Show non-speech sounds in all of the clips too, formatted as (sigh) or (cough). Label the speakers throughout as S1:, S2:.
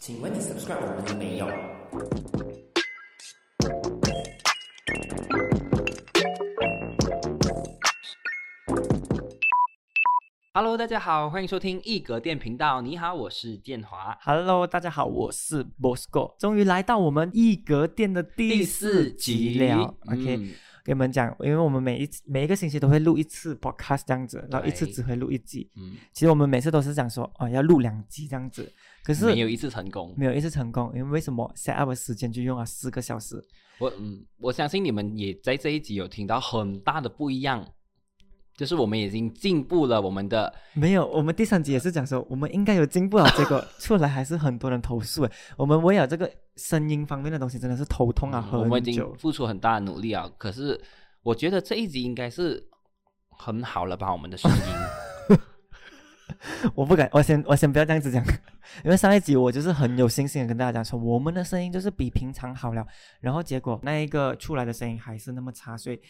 S1: 请问你 subscribe 我们了没有？
S2: Hello，大家好，欢迎收听一格电频道。你好，我是建华。
S3: Hello，大家好，我是 Bosco，终于来到我们一格店的第四集了。OK，、
S2: 嗯
S3: 跟你们讲，因为我们每一次每一个星期都会录一次 podcast 这样子，然后一次
S2: 对
S3: 只会录一集。
S2: 嗯，
S3: 其实我们每次都是讲说，哦，要录两集这样子，可是
S2: 没有一次成功。
S3: 没有一次成功，因为为什么 set up 的时间就用了四个小时？
S2: 我嗯，我相信你们也在这一集有听到很大的不一样，就是我们已经进步了我们的
S3: 没有，我们第三集也是
S2: (laughs)
S3: 讲说，我们应该有进步了，结果 (laughs) 出来还是很多人投诉。诶我们为了这个声音方面的东西，真的是头痛啊，
S2: 嗯我们
S3: 很
S2: 已经
S3: 久。
S2: 付出很大的努力啊。可是我觉得这一集应该是很好了吧，我们的声音。
S3: (laughs) 我不敢，我先我先不要这样子讲， (laughs) 因为上一集我就是很有信心的跟大家讲说，我们的声音就是比平常好了，然后结果那一个出来的声音还是那么差，所以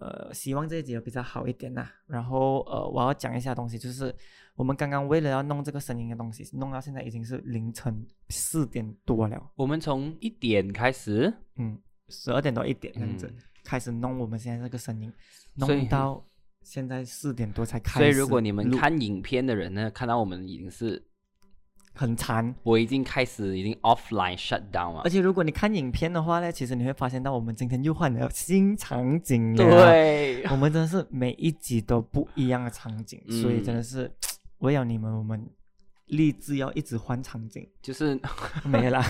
S3: 呃，希望这一集有比较好一点啦。然后呃，我要讲一下东西，就是我们刚刚为了要弄这个声音的东西，弄到现在已经是凌晨四点多了，
S2: 我们从一点开始，
S3: 嗯，十二点多一点这样子、
S2: 嗯
S3: 开始弄我们现在这个声音，
S2: 所以
S3: 弄到现在四点多才开
S2: 所
S3: 始
S2: 以
S3: 录，
S2: 如果你们看影片的人呢，看到我们已经是
S3: 很残。
S2: 我已经开始已经 offline shut down 了
S3: 而。且如果你看影片的话呢，其实你会发现到我们今天又换了新场景了。，
S2: 对，
S3: (laughs) 我们真的是每一集都不一样的场景，
S2: 嗯
S3: 所以真的是为了你们，我们立志要一直换场景。
S2: 就是
S3: 没啦，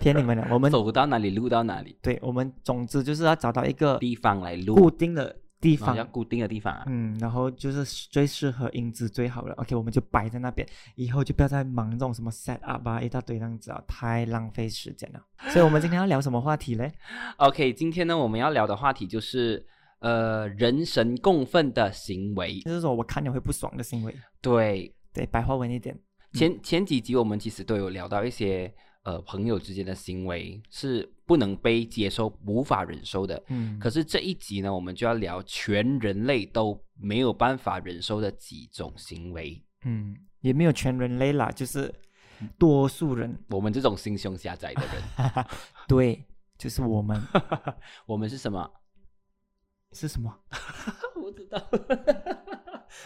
S3: 骗你们了。我们
S2: (laughs) 走到哪里录到哪里
S3: 对，我们总之就是要找到一个
S2: 地方来录，
S3: 固定的地
S2: 然后
S3: 方
S2: 要。固定的地方啊。
S3: 嗯，然后就是最适合音质最好的，OK，我们就摆在那边，以后就不要再忙这种什么 set up 啊，一大堆这样子啊，太浪费时间了。所以我们今天要聊什么话题嘞？
S2: OK，今天呢我们要聊的话题就是呃人神共愤的行为。
S3: 就是说我看了会不爽的行 (laughs) 为。
S2: 对，
S3: 对，白话文一点，
S2: 前前几集我们其实都有聊到一些呃朋友之间的行为是不能被接受、无法忍受的。
S3: 嗯，
S2: 可是这一集呢，我们就要聊全人类都没有办法忍受的几种行为。
S3: 嗯，也没有全人类啦，就是多数 (laughs) 人，
S2: 我们这种心胸狭窄的
S3: (laughs)
S2: 人，
S3: 哈哈，对，就是我们
S2: 我们是什么？
S3: (laughs) 是什么？
S2: (laughs) 我不知道。
S3: (laughs)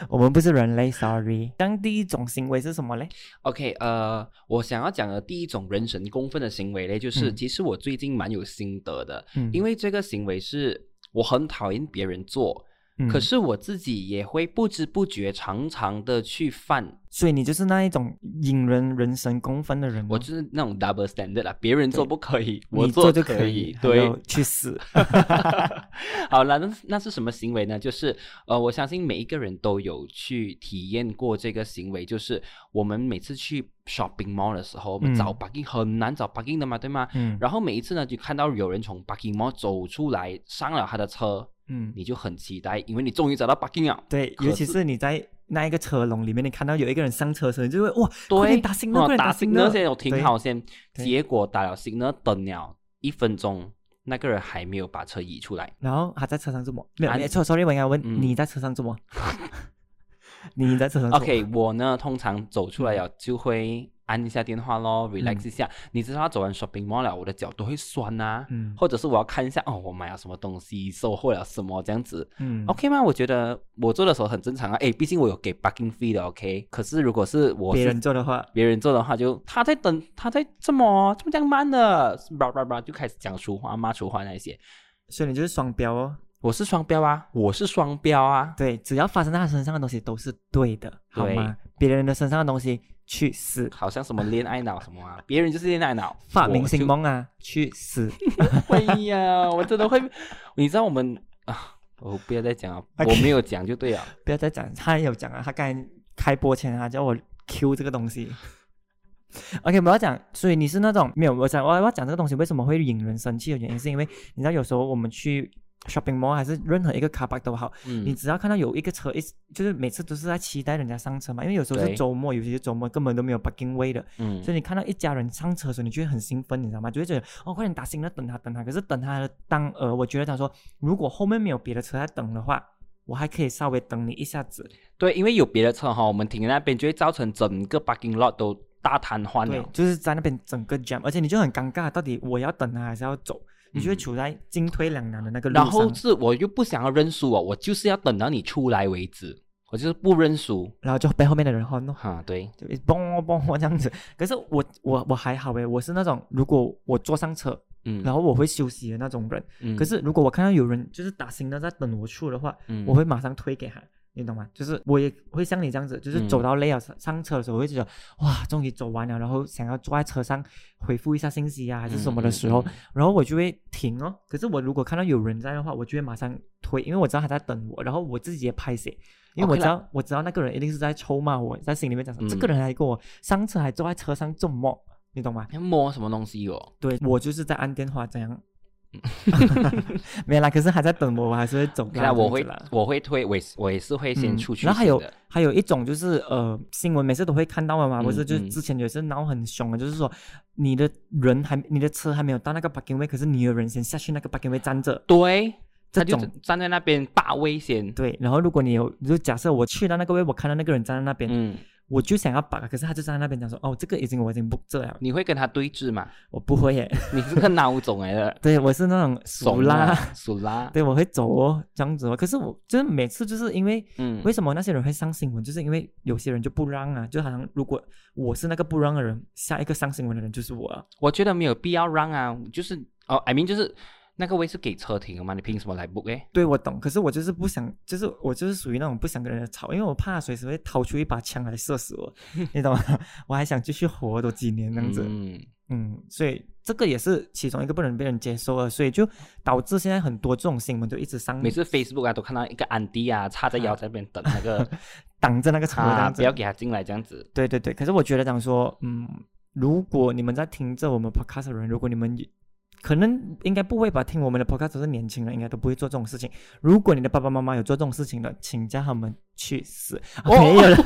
S3: 我们不是人类，sorry。当第一种行为是什么嘞？
S2: OK，呃，我想要讲的第一种人神共愤的行为呢，就是、
S3: 嗯
S2: 其实我最近蛮有心得的，
S3: 嗯，
S2: 因为这个行为是我很讨厌别人做，
S3: 嗯
S2: 可，是我自己也会不知不觉常常的去犯，
S3: 所以你就是那一种引人人神共愤的人哦，
S2: 我就是那种 double standard 啦，别人做不可以，我
S3: 你做
S2: 就
S3: 就
S2: 可
S3: 以，
S2: 对，
S3: hello，去死。
S2: (laughs) 好了，那那是什么行为呢？就是呃，我相信每一个人都有去体验过这个行为，就是我们每次去 shopping mall 的时候，我们
S3: 嗯
S2: 找 parking 很难找 parking 的嘛，对吗？
S3: 嗯，
S2: 然后每一次呢，就看到有人从 parking mall 走出来，上了他的车，
S3: 嗯，
S2: 你就很期待，因为你终于找到 parking 了。
S3: 对，
S2: 可
S3: 尤其
S2: 是
S3: 是你在那一个车笼里面，你看到有一个人上车的时候，你就会哇，快
S2: 对，
S3: 点打新
S2: 哦
S3: 了，快点
S2: 打
S3: 新
S2: 呢，
S3: 了，
S2: 先我停
S3: 对
S2: 好先。
S3: 对
S2: 结果打了新呢，等了一分钟，那个人还没有把车移出来。
S3: 然后他在车上做么？没有，
S2: 啊
S3: 没错，sorry，我应该问、
S2: 嗯
S3: 你在车上做么？ (laughs) 你在车上做么
S2: OK，我呢通常走出
S3: 嗯
S2: 来了就会按一下电话咯，relax 一下。你知道走完 shopping mall 了，我的脚都会酸啊，
S3: 嗯
S2: 或者是我要看一下哦，我买了什么东西，收获了什么这样子。
S3: 嗯
S2: OK 吗？我觉得我做的时候很正常啊，诶，毕竟我有给 parking fee 的，OK。可是如果是我是
S3: 别人做的话，
S2: 别人做的话就，他在等，他在这么这么这样慢的，叭叭叭就开始讲粗话、骂粗话那一些。
S3: 所以你就是双标哦。
S2: 我是双标啊，我是双标啊，
S3: 对，只要发生在他身上的东西都是对的，好
S2: 对
S3: 吗？别人的身上的东西去死，
S2: 好像什么恋爱脑什么啊，别人就是恋爱脑，
S3: (laughs) 发
S2: 我
S3: 明星
S2: 就
S3: 梦啊，去死。
S2: (laughs) 哎呀，我真的会，你知道我们啊，我不要再讲了
S3: OK
S2: 我没有讲就对啊了。
S3: 不要再讲，他有讲啊，他刚才开播前他叫我 Q 这个东西。OK，我要讲，所以你是那种没有，我讲我要讲这个东西为什么会引人生气的原因，是因为你知道有时候我们去 shopping mall 还是任何一个 car park 都好， (laughs) 你
S2: 嗯，
S3: 只要看到有一个车，一就是每次都是在期待人家上车嘛，因为有时候
S2: 对
S3: 是周末，有些周末根本都没有 parking way 的，
S2: 嗯
S3: 所以你看到一家人上车的时候，你就会很兴奋，你知道吗？就会觉得哦，快点打醒了，等他，等他。可是等他的当呃，我觉得他说，如果后面没有别的车在等的话，我还可以稍微等你一下子。
S2: 对，因为有别的车哈，我们停在那边就会造成整个 parking lot 都大瘫痪
S3: 对
S2: 了，。
S3: 就是啊在那边整个 jam，而且你就很尴尬，到底我要等他还是要走？你就会处在进退两难的那个路上。
S2: 然后是我又不想要认输哦，我就是要等到你出来为止，我就是不认输
S3: 然后就被后面的人哦轰咯，
S2: 哈。对，
S3: 就一直嘣嘣嘣这样子。可是我我我还好诶，欸我是那种如果我坐上车，
S2: 嗯，
S3: 然后我会休息的那种人。
S2: 嗯
S3: 可是如果我看到有人就是打心的在等我出的话，
S2: 嗯
S3: 我会马上推给他，你懂吗？就是我也会像你这样子，就是
S2: 嗯
S3: 走到累了、上上车的时候，我会觉得哇，终于走完了，然后想要坐在车上回复一下信息啊，还是什么的时候，
S2: 嗯嗯
S3: 然后我就会停哦。可是我如果看到有人在的话，我就会马上推，因为我知道他在等我，然后我自己也拍谁。因为我
S2: OK
S3: 知
S2: 哦啦
S3: 道我知道那个人一定是在臭骂我，在心里面讲、
S2: 嗯
S3: 这个人还跟我上车还坐在车上做梦，你懂吗？
S2: 要摸什么东西哦？
S3: 对我就是在按电话
S2: (laughs)
S3: 这样。 (laughs) 没啦，可是还在等我，我还是会走啦。
S2: 看来我
S3: 这
S2: 会
S3: 样子啦
S2: 我会推，我也是我也是会先
S3: 嗯
S2: 出去先的。
S3: 然后还有还有一种就是呃，新闻每次都会看到的嘛，不是？
S2: 嗯
S3: 就是
S2: 嗯
S3: 之前也是闹很凶的，就是说你的人还你的车还没有到那个 parking way，可是你的人先下去那个 parking way 站着。
S2: 对，他
S3: 这
S2: 就
S3: 种
S2: 站在那边霸位先。
S3: 对，然后如果你有，就假设我去到那个位，我看到那个人站在那边，
S2: 嗯，
S3: 我就想要把，可是他就站在那边讲说，哦，这个已经我已经 book 这了，
S2: 你会跟他对峙嘛？
S3: 我不
S2: (laughs)
S3: 会耶。，
S2: 你是个孬种来的
S3: (laughs) 对，我是那种熟
S2: 怂啊
S3: 啦，
S2: 鼠拉。
S3: 对，我会走哦，这样子哦。可是我就是每次就是因为
S2: 嗯，
S3: 为什么那些人会上新闻，就是因为有些人就不让啊，就好像如果我是那个不让的人，下一个上新闻的人就是我啊。
S2: 我觉得没有必要让啊，就是哦，I mean 就是那个位是给车停的嘛，你凭什么来 book 哎？
S3: 对，我懂，可是我就是不想，就是我就是属于那种不想跟人家吵，因为我怕随时会掏出一把枪来射
S2: (laughs)
S3: 死我，你懂吗？我还想继续活多几年这样子，
S2: 嗯
S3: 嗯所以这个也是其中一个不能被人接受的，所以就导致现在很多这种新闻就一直上，
S2: 每次 Facebook 啊都看到一个安迪啊叉着腰在那边等那
S3: (laughs)
S2: 个
S3: 挡着那个车这
S2: 啊，
S3: 样
S2: 不
S3: 子，
S2: 要给他进来这样子。
S3: 对对对，可是我觉得讲说，嗯，如果你们在听着我们 podcast 的人，如果你们也可能应该不会吧，听我们的 podcast 都是年轻人，应该都不会做这种事情。如果你的爸爸妈妈有做这种事情的，请叫他们去死，啊
S2: 哦
S3: 没
S2: (laughs)
S3: 有了。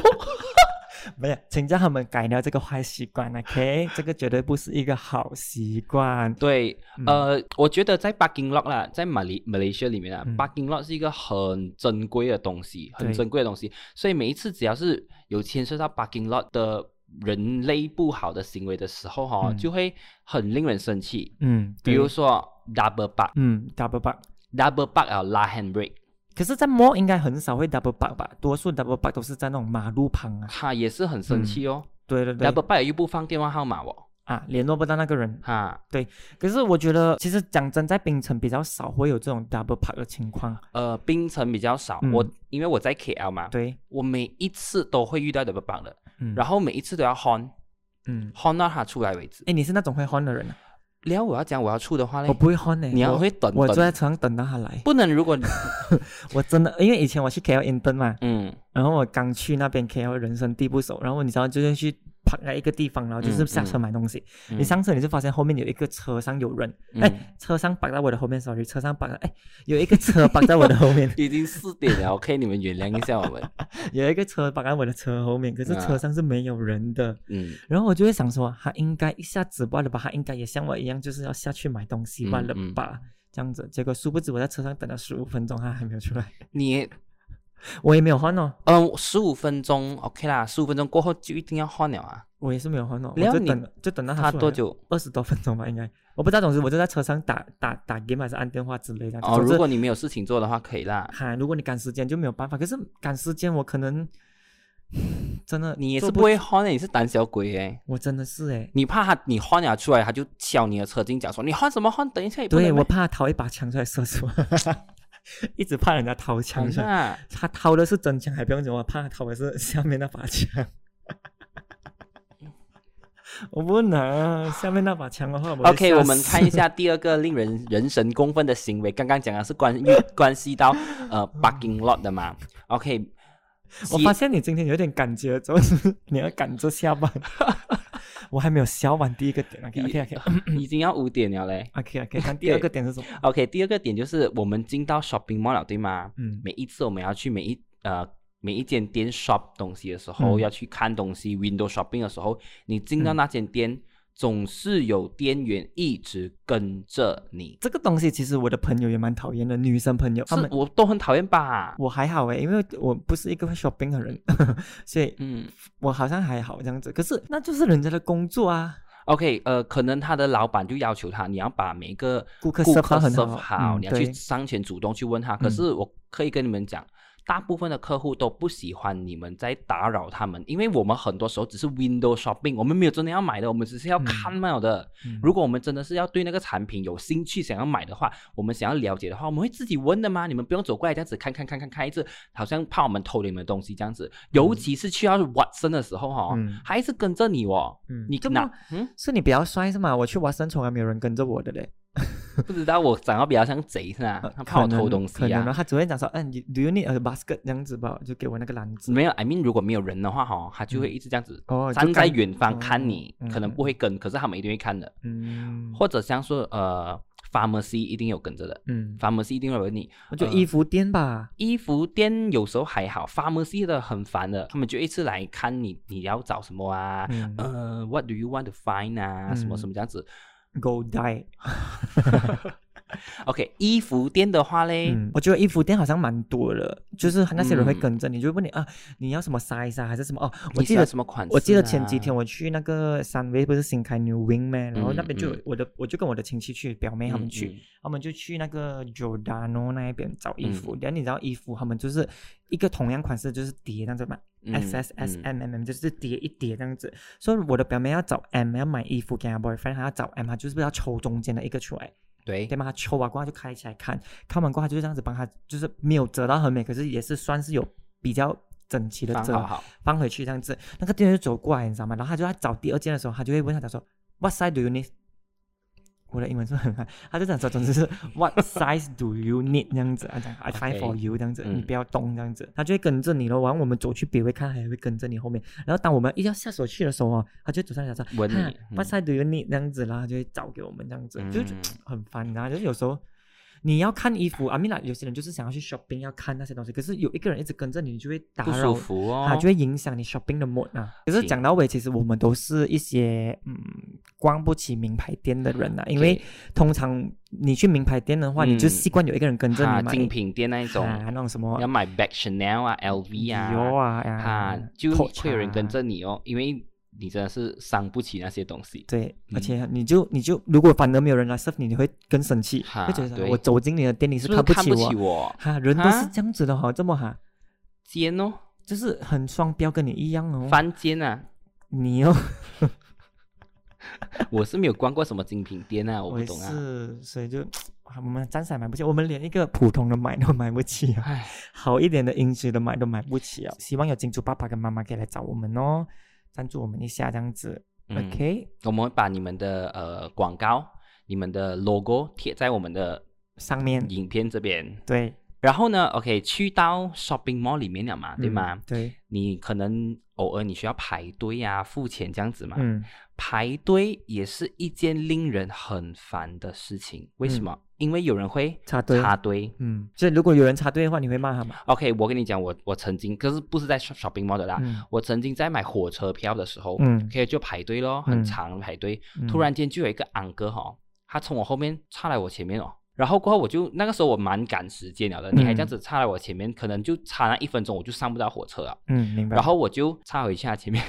S3: 没有，请叫他们改掉这个坏习惯，OK？这个绝对不是一个好习惯。
S2: 对，
S3: 嗯
S2: 呃，我觉得在 parking lot 啦，在马里马来西亚里面啊、
S3: 嗯
S2: p a r k i n g lot 是一个很珍贵的东西，很
S3: 对
S2: 珍贵的东西，所以每一次只要是有牵涉到 parking lot 的人类不好的行为的时候、哈、
S3: 嗯
S2: 就会很令人生气。
S3: 嗯，
S2: 比如
S3: 对，
S2: 说 double park、
S3: 嗯，double back。
S2: double park 啊，拉 handbrake，
S3: 可是，在 mall 应该很少会 double back 吧？多数 double back 都是在那种马路旁啊。
S2: 哈也是很生气哦。
S3: 对嗯对对，
S2: double park 又不放电话号码哦，
S3: 啊，联络不到那个人。
S2: 哈，
S3: 可是我觉得，其实讲真，在槟城比较少会有这种 double park 的情况。啊
S2: 呃，槟城比较少，
S3: 嗯
S2: 我因为我在 KL 嘛，
S3: 对，
S2: 我每一次都会遇到 double park 的，
S3: 嗯，
S2: 然
S3: 后
S2: 后每一次都要 horn。
S3: 嗯，
S2: honor 到他出来为止。
S3: 哎，你是那种会 horn 的人、啊，
S2: 然后我要讲我要出的话嘞
S3: 我，哎不会 horn 呢、
S2: 你要
S3: 我
S2: 会等
S3: 我坐在
S2: 等，
S3: 车上等到他来。
S2: 不能如
S3: (laughs)
S2: 果
S3: 我真的，因为以前我去 KL intern 嘛，
S2: 嗯
S3: 然后我刚去那边 KL 人生地不熟，然后你知道就是去 park 在一个地方，然后就是
S2: 嗯
S3: 下车买东西。
S2: 嗯
S3: 你上车你就发现后面有一个车上有人，哎、
S2: 嗯，，
S3: 车上绑在我的后面，sorry，车上绑在，哎，有一个 (laughs) 车绑在我的后面
S2: 已经四点了，OK，你们原谅一下我们。
S3: 有一个车绑在我的车后面，可是车上是没有人的。
S2: 嗯
S3: (laughs) 然后我就会想说，他应该一下子罢了吧，他应该也像我一样，就是要下去买东西罢了
S2: 嗯嗯
S3: 吧，这样子。结果殊不知我在车上等了十五分钟，他还没有出来，
S2: 你
S3: 我也没有换哦，
S2: 嗯十五分钟 OK 啦，十五分钟过后就一定要换了啊。
S3: 我也是没有换哦，我
S2: 然后
S3: 就
S2: 你
S3: 等就等到
S2: 他
S3: 出来
S2: 多？久？
S3: 二十多分钟吧，应该我不知道。总之我就在车上打打打 game 还是按电话之类的。
S2: 哦，
S3: 总之
S2: 如果你没有事情做的话，可以啦。
S3: 哈，如果你赶时间就没有办法，可是赶时间我可能真的
S2: 你也
S3: 做
S2: 是不会换的，你是胆小鬼哎。
S3: 我真的是欸诶。
S2: 你怕他，你换了出来，他就敲你的车进，讲说你换什么换？等一下也不
S3: 对
S2: 能
S3: 我
S2: 咩
S3: 怕掏一把枪出来射死我，
S2: (laughs)
S3: 一直怕人家掏枪
S2: 等一
S3: 出来。
S2: 下，
S3: (laughs) 他掏的是真枪，还不用紧，我怕他掏的是下面那把枪。我不能，下面那把枪的话我会
S2: OK，
S3: 吓
S2: 我们
S3: 死
S2: 看一
S3: (laughs)
S2: 下第二个令人人神公愤的行为。刚刚讲的是关于关系到呃 parking lot 的嘛。OK，
S3: 我
S2: 其
S3: 发现你今天有点感觉，就是你要赶着下班。 (laughs) 我还没有消完第一个点，OK OK OK
S2: 已经要五点了嘞。
S3: OK OK，看第二个点是什
S2: (laughs)
S3: 么？
S2: OK，第二个点就是我们进到 shopping mall 了，对吗？
S3: 嗯
S2: 每一次我们要去每一呃每一间店 shop 东西的时候，
S3: 嗯
S2: 要去看东西 window shopping 的时候，你进到那间店，总是有店员一直跟着你，
S3: 这个东西其实我的朋友也蛮讨厌的，女生朋友他
S2: 是
S3: 们。
S2: 我都很讨厌吧？
S3: 我还好诶，欸因为我不是一个会 shopping 的人， (laughs) 所以
S2: 嗯
S3: 我好像还好这样子。可是那就是人家的工作啊，
S2: ，OK，呃，可能他的老板就要求他，你要把每个
S3: 顾客
S2: 顾
S3: serve
S2: 客
S3: 他很
S2: serve
S3: 好
S2: 好，
S3: 嗯
S2: 你要去
S3: 对嗯
S2: 上前主动去问他。可是我可以跟你们讲，大部分的客户都不喜欢你们在打扰他们，因为我们很多时候只是 window shopping，我们没有真的要买的，我们只是要看到的。
S3: 嗯
S2: 如果我们真的是要对那个产品有兴趣，想要买的话，我们想要了解的话，我们会自己问的吗？你们不用走过来这样子看看看看看一次，好像怕我们偷了你们的东西这样子。尤其是去到 Watson 的时候哈、哦，
S3: 嗯
S2: 还是跟着你哦。
S3: 嗯
S2: 你
S3: 这
S2: 哪
S3: 么
S2: 嗯
S3: 是你比较帅是吗？我去华盛顿从来没有人跟着我的嘞，
S2: 不知道我长得比较像贼是吧
S3: 呃？
S2: 他怕我
S3: 可能
S2: 偷东西
S3: 可能
S2: 啊
S3: 哦。他只会讲说，嗯、你 d o you need a basket 这样子吧，就给我那个篮子。
S2: 没有，I mean，如果没有人的话，哈，他就会一直这样子
S3: 哦，就
S2: 站在
S3: 看
S2: 远方看你，
S3: 哦嗯
S2: 可能不会跟，可是他们一定会看的。
S3: 嗯
S2: 或者像说呃，pharmacy 一定有跟着的
S3: 嗯，
S2: ，pharmacy 一定会问你。
S3: 我就
S2: 呃
S3: 衣服店吧。
S2: 衣服店有时候还好，pharmacy 的很烦的，他们就一次来看你你要找什么啊，
S3: 嗯
S2: 呃，what do you want to find 啊，什么
S3: 嗯
S2: 什么这样子。
S3: Go die。
S2: OK，衣服店的话嘞，
S3: 嗯，我觉得衣服店好像蛮多的，就是那些人会
S2: 嗯
S3: 跟着你，就问你啊，你要什么 size 啊，还是什么？哦，
S2: 你
S3: 我记
S2: 喜欢
S3: 得
S2: 什么款式啊、
S3: 我记得前几天我去那个三威，不是新开 New Wing 咩？然后那边就有
S2: 嗯嗯
S3: 我的，我就跟我的亲戚去，表妹他们
S2: 嗯
S3: 去，
S2: 嗯
S3: 他们就去那个 Giordano 那一边找衣服。
S2: 嗯
S3: 然后你知道衣服，他们就是一个同样款式，就是叠那种嘛
S2: 嗯
S3: ，S S S
S2: 嗯
S3: M M M，就是叠一叠这样子。所以我的表妹要找 M 要买衣服给她 boyfriend，她要找 M，她就是要抽中间的一个出来，
S2: 对
S3: 对吗？她抽啊完过后她就开起来看，看完过后她就这样子帮她，就是没有折到很美，可是也是算是有比较整齐的
S2: 放
S3: 折
S2: 好好，
S3: 放回去这样子。那个店员就走过来，你知道吗？然后他就在找第二件的时候，他就会问他讲说，What size do you need？我的英文是不是很烂，他就讲说，总之是 What size do you need 这样子，他讲 I find for
S2: OK，
S3: you 这样子，
S2: 嗯
S3: 你不要动这样子，他就会跟着你了。完，我们走去别位看，还会跟着你后面。然后当我们一要下手去的时候哦，他就走上来讲说，
S2: 问
S3: 哈
S2: 你
S3: What size do you need 这样子，然后他就会找给我们这样子，就就
S2: 嗯
S3: 很烦，然后就是有时候。你要看衣服，阿米拉有些人就是想要去 shopping 要看那些东西，可是有一个人一直跟着你，你就会打
S2: 不
S3: 扰
S2: 舒服哦，
S3: 它就会影响你 shopping 的 mood 啊。可是
S2: 行
S3: 讲到尾，其实我们都是一些嗯逛不起名牌店的人呐、啊因为
S2: 对
S3: 通常你去名牌店的话，你
S2: 嗯
S3: 就习惯有一个人跟着
S2: 啊
S3: 你买
S2: 精品店那一种，
S3: 啊，那种什么
S2: 要买 Back Chanel 啊、LV
S3: 有
S2: 啊，
S3: 啊呀，
S2: 就
S3: Coach
S2: 会有人跟
S3: 啊。
S2: 着你哦，因为你真的是伤不起那些东西。
S3: 对，而
S2: 嗯
S3: 且你就你就如果反而没有人来 serve 你，你会更生气，
S2: 哈
S3: 会觉得
S2: 对
S3: 我走进你的店你
S2: 你
S3: 是
S2: 不是
S3: 不
S2: 看
S3: 起我
S2: 起我？
S3: 哈，人都是
S2: 哈
S3: 这样子的哦哈，这么哈，
S2: 奸哦，
S3: 就是很双标，跟你一样哦。
S2: 犯奸啊！
S3: 你哦，
S2: 我是没有逛过什么精品店啊，我
S3: 我
S2: 不
S3: 也
S2: 懂啊。
S3: 是，所以就啊我们暂时还买不起，我们连一个普通的买都买不起啊，
S2: 唉，
S3: 好一点的英式的买都买不起啊。希望有金主爸爸跟妈妈可以来找我们哦，赞助我们一下这样子。
S2: 嗯
S3: OK，
S2: 我们会把你们的呃广告、你们的 logo 贴在我们的
S3: 上面
S2: 影片这边。
S3: 对
S2: 然后呢，OK，去到 shopping mall 里面了嘛，对吗？
S3: 嗯对，
S2: 你可能偶尔你需要排队啊、付钱这样子嘛。
S3: 嗯
S2: 排队也是一件令人很烦的事情。为
S3: 嗯
S2: 什么？因为有人会
S3: 插队
S2: 插队。
S3: 嗯，所以如果有人插队的话，你会骂他吗？
S2: OK，我跟你讲，我我曾经可是不是在 shop- shopping mall 的啦，
S3: 嗯
S2: 我曾经在买火车票的时候，
S3: 嗯
S2: 可以就排队咯，
S3: 嗯
S2: 很长排队。
S3: 嗯
S2: 突然间就有一个昂哥哈、他从我后面插来我前面哦，然后过后我就那个时候我蛮赶时间了的，你还
S3: 嗯
S2: 这样子插来我前面，可能就差那一分钟我就上不到火车了，
S3: 嗯，明白。
S2: 然后我就插回去他前面，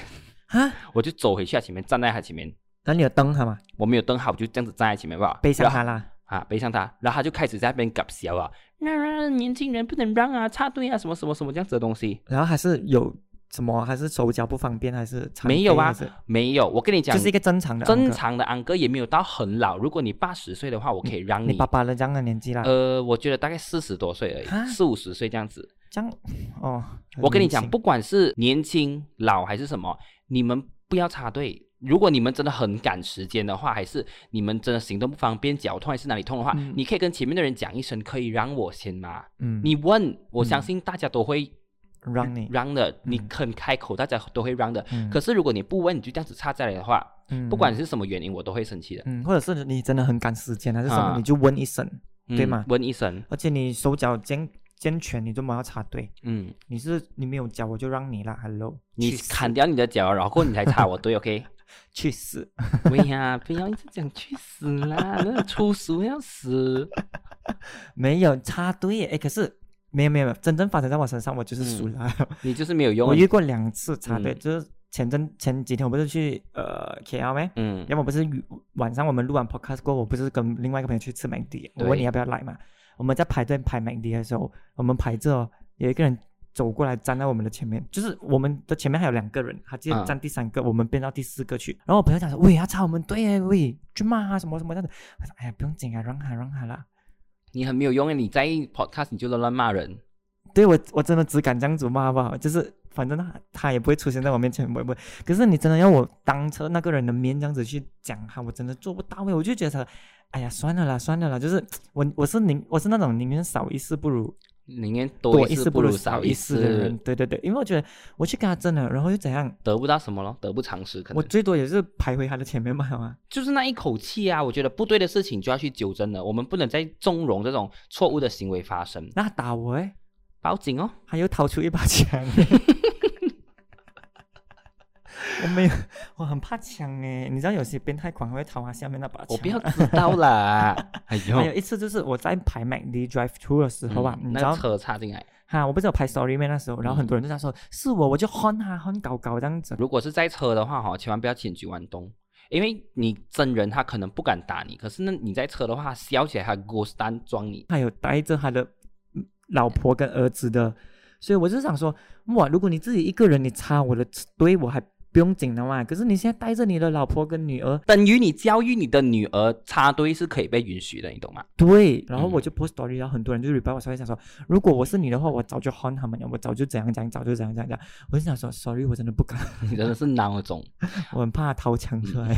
S3: 啊，
S2: 我就走回去他前面，站在他前面。
S3: 那你有灯他吗？
S2: 我没有等好，我就这样子站在前面吧，
S3: 背上
S2: 然后
S3: 他啦。
S2: 啊，背上他，然后他就开始在那边搞笑啊，那年轻人不能让啊，插队啊，什么什么什么这样子的东西，
S3: 然后还是有什么？还是手脚不方便？还是残
S2: 没有
S3: 废
S2: 啊
S3: 还是，
S2: 没有，我跟你讲，
S3: 就是一个正常的安
S2: 正
S3: 哥。
S2: 常的安哥也没有到很老，如果你八十岁的话，我可以让
S3: (laughs) 你爸爸的这样的年纪啦，
S2: 呃，我觉得大概四十多岁而
S3: 哈
S2: 已，四五十岁这样子。
S3: 这样哦。很
S2: 我跟你
S3: 年
S2: 讲，
S3: 轻
S2: 不管是年轻、老还是什么，你们不要插队。如果你们真的很赶时间的话，还是你们真的行动不方便，脚痛还是哪里痛的话，
S3: 嗯
S2: 你可以跟前面的人讲一声，可以让我先吗？
S3: 嗯，
S2: 你问，我相信大家都会
S3: 让你
S2: 让的，你肯开口，大家都会让的。
S3: 嗯
S2: 可是如果你不问，你就这样子插在来的话，
S3: 嗯
S2: 不管是什么原因，我都会生气的。
S3: 嗯，或者是你真的很赶时间还是什么，
S2: 啊
S3: 你就问一声，对
S2: 嗯
S3: 嘛
S2: 问一声，
S3: 而且你手脚健健全，你都没有要插队，
S2: 嗯，
S3: 你是你没有脚我就让你啦，Hello，
S2: 你
S3: 去死 (laughs)
S2: 砍掉你的脚，然后过后你才插我队，OK？
S3: 去死！ (laughs)
S2: 喂呀，不要一直讲去死啦，那粗俗要死。
S3: 没有插队耶，哎，可是没有没有没有，真正发生在我身上，我就是输了。
S2: 你就是嗯没有用啊
S3: 我。遇过两次插队，
S2: 嗯
S3: 就是前阵前几天我不是去呃 KL 咩？
S2: 嗯
S3: 要么不是与晚上我们录完 podcast 过后，我不是跟另外一个朋友去吃 McD，我
S2: 对
S3: 问你要不要来嘛？我们在排队排 McD 的时候，我们排着哦有一个人走过来站在我们的前面，就是我们的前面还有两个人，他直接
S2: 嗯
S3: 站第三个，我们变到第四个去。然后我朋友讲说：“喂，他插我们队耶，喂，去骂他什么什么这样子。”我说：“哎呀，不用紧啊，让他让他啦。
S2: 你很没有用，啊你在 podcast 你就乱乱骂人。
S3: 对我我真的只敢这样子骂好不好？就是反正他他也不会出现在我面前，不会不会。可是你真的要我当着那个人的面这样子去讲他，我真的做不到诶，我就觉得，哎呀，算了啦，算了啦。就是我我是宁我是那种宁愿少一事不如
S2: 宁愿
S3: 多
S2: 多一事
S3: 不
S2: 如
S3: 少
S2: 少
S3: 一事
S2: 事
S3: 的人。对对对，因为我觉得我去跟他争了，然后又怎样？
S2: 得不到什么咯，得不偿失。可
S3: 我
S2: 能
S3: 最多也是排回他的前面嘛， (laughs) 好吗？
S2: 就是那一口气啊，我觉得不对的事情就要去纠正了，我们不能再纵容这种错误的行为发生，
S3: 那他打我哎诶，
S2: 报警
S3: (laughs)
S2: 哦。
S3: 他又掏出一把枪。 (laughs) 我没有，我很怕枪诶，你知道有些变态狂会掏他下面那把枪。
S2: 我不要知道
S3: (laughs)
S2: 啦，哎呦
S3: 还，有一次就是我在排 McD Drive Through 的时候啊，
S2: 嗯
S3: 你
S2: 那
S3: 知道
S2: 个车插进来，
S3: 哈，我不是有拍 story 面那时候，然后很多人就在说、是我，我就哼他哼搞搞这样子。
S2: 如果是在车的话哈，千万不要千举万动。因为你真人他可能不敢打你，可是呢你在车的话，他笑起来他 ghost 单装你，
S3: 他有带着他的嗯老婆跟儿子的，所以我就想说，哇，如果你自己一个人你插我的队，我还不用紧的嘛。可是你现在带着你的老婆跟女儿，
S2: 等于你教育你的女儿插队是可以被允许的，你懂
S3: (laughs)
S2: 吗？
S3: 对，然后我
S2: 嗯
S3: 就 post story，然后很多人就 reply 我，sorry，想说，如果我是你的话，我早就哼他们了，我早就怎样怎样，早就怎样怎样怎样。我就想说，sorry，我真的不敢， (laughs)
S2: 你真的是孬种。
S3: 我很怕掏枪出来。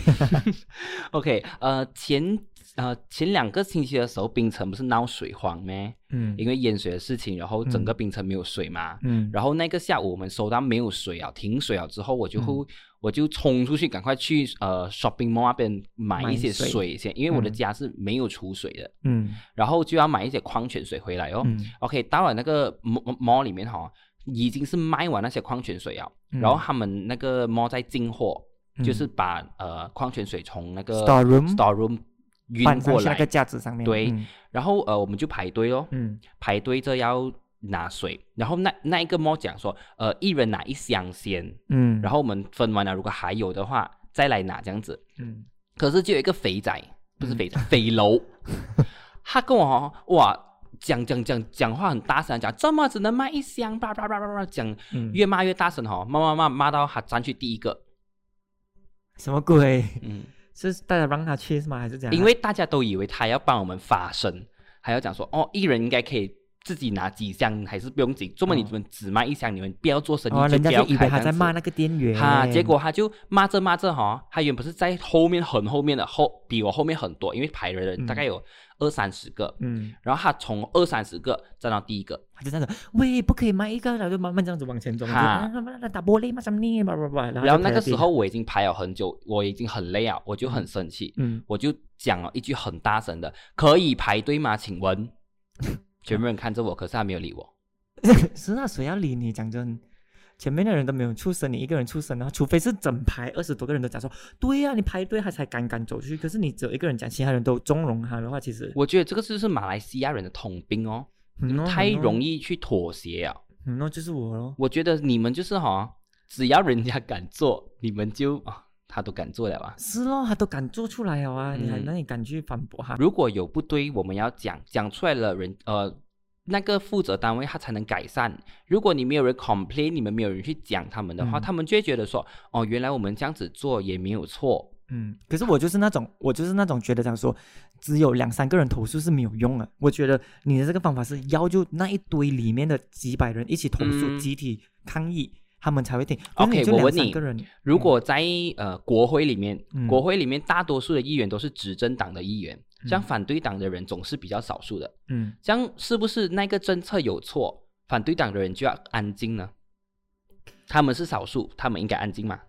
S2: OK，呃，前呃前两个星期的时候，槟城不是闹水荒咩？
S3: (laughs) 嗯
S2: 因为淹水的事情，然后整个
S3: 嗯
S2: 槟城没有水嘛。
S3: 嗯，
S2: 然后那个下午我们收到没有水啊，停水了之后，我就
S3: 嗯
S2: 会、我就冲出去赶快去呃 shopping mall 那边买
S3: 买
S2: 一些
S3: 水
S2: 水先，因为我的
S3: 嗯
S2: 家是没有储水的，
S3: 嗯
S2: 然后就要买一些矿泉水回来哦。
S3: 嗯
S2: OK，到了那个 mall mall 里面哈、已经是卖完那些矿泉水啊，
S3: 嗯
S2: 然后他们那个 mall 在进货，
S3: 嗯
S2: 就是把呃矿泉水从那个
S3: Store room
S2: store room 运
S3: 搬上
S2: 过
S3: 去那
S2: 来
S3: 个，架子上面。
S2: 对
S3: 嗯
S2: 然后呃我们就排队咯，
S3: 嗯
S2: 排队着要拿水，然后那那一个 mall 讲说，呃一人拿一箱先，
S3: 嗯，
S2: 然后我们分完了，如果还有的话再来拿这样子。
S3: 嗯
S2: 可是就有一个肥仔，不是肥仔， (laughs) 肥楼，他跟我哦哇讲讲讲讲话很大声，讲这么只能卖一箱，叭叭叭叭叭讲，
S3: 嗯
S2: 越骂越大声哦，骂骂骂骂到他占去第一个，
S3: 什么鬼？ (laughs)
S2: 嗯，
S3: 是大家让他去是吗？还是怎样啊？
S2: 因为大家都以为他要帮我们发声，还要讲说哦，一人应该可以。自己拿几箱还是不用紧，这么你们只卖一箱，你们不要做生意，
S3: 哦，
S2: 就
S3: 人
S2: 不
S3: 家
S2: 要
S3: 就以为
S2: 开
S3: 他
S2: 这
S3: 在
S2: 样子
S3: 骂那个店员。
S2: 他结果他就骂着骂着哈，他原本是在后面很后面的后，比我后面很多，因为排的人大概有二三十个，
S3: 嗯，
S2: 然后他从二三十个站到第一个，
S3: 他就那种喂，不可以卖一个，然后就慢慢这样子往前走，就
S2: 哈
S3: 啊慢慢打玻璃嘛什么的，叭叭叭。
S2: 然后
S3: 就
S2: 那个
S3: 开始
S2: 时候我已经排了很久，我已经很累啊，我就很生气，
S3: 变，嗯，
S2: 我就讲了一句很大声的：“可以排队吗？请问？” (laughs) 全部人看着我，可是他没有理我。
S3: 是啊，谁要理你？讲真。前面的人都没有出声，你一个人出声，然后除非是整排二十多个人都讲说，对啊呀、你排队他才敢敢走出去。可是你只有一个人讲，其他人都纵容他的话，其实
S2: 我觉得这个就是马来西亚人的统兵哦，
S3: 嗯
S2: 太容，易去妥协啊。
S3: 嗯哦嗯哦，就是我咯。
S2: 我觉得你们就是哈、只要人家敢做，你们就啊、他都敢做了啊。
S3: 是咯，他都敢做出来了啊，你还
S2: 嗯
S3: 那你敢去反驳他？
S2: 如果有不对，我们要讲讲出来了人，呃，那个负责单位他才能改善。如果你没有人 complain，你们没有人去讲他们的话，
S3: 嗯
S2: 他们就会觉得说，哦，原来我们这样子做也没有错。
S3: 嗯，可是我就是那种，我就是那种觉得这样说，只有两三个人投诉是没有用的。我觉得你的这个方法是要就那一堆里面的几百人一起投诉，
S2: 嗯
S3: 集体抗议，他们才会听。
S2: OK，
S3: 可是你就
S2: 我
S3: 两
S2: 问
S3: 三
S2: 你
S3: 个人，
S2: 如果在呃国会里面，
S3: 嗯
S2: 国会里面大多数的议员都是执政党的议员，这样反对党的人总是比较少数的。
S3: 嗯，
S2: 这样是不是那个政策有错，反对党的人就要安静呢？他们是少数，他们应该安静嘛？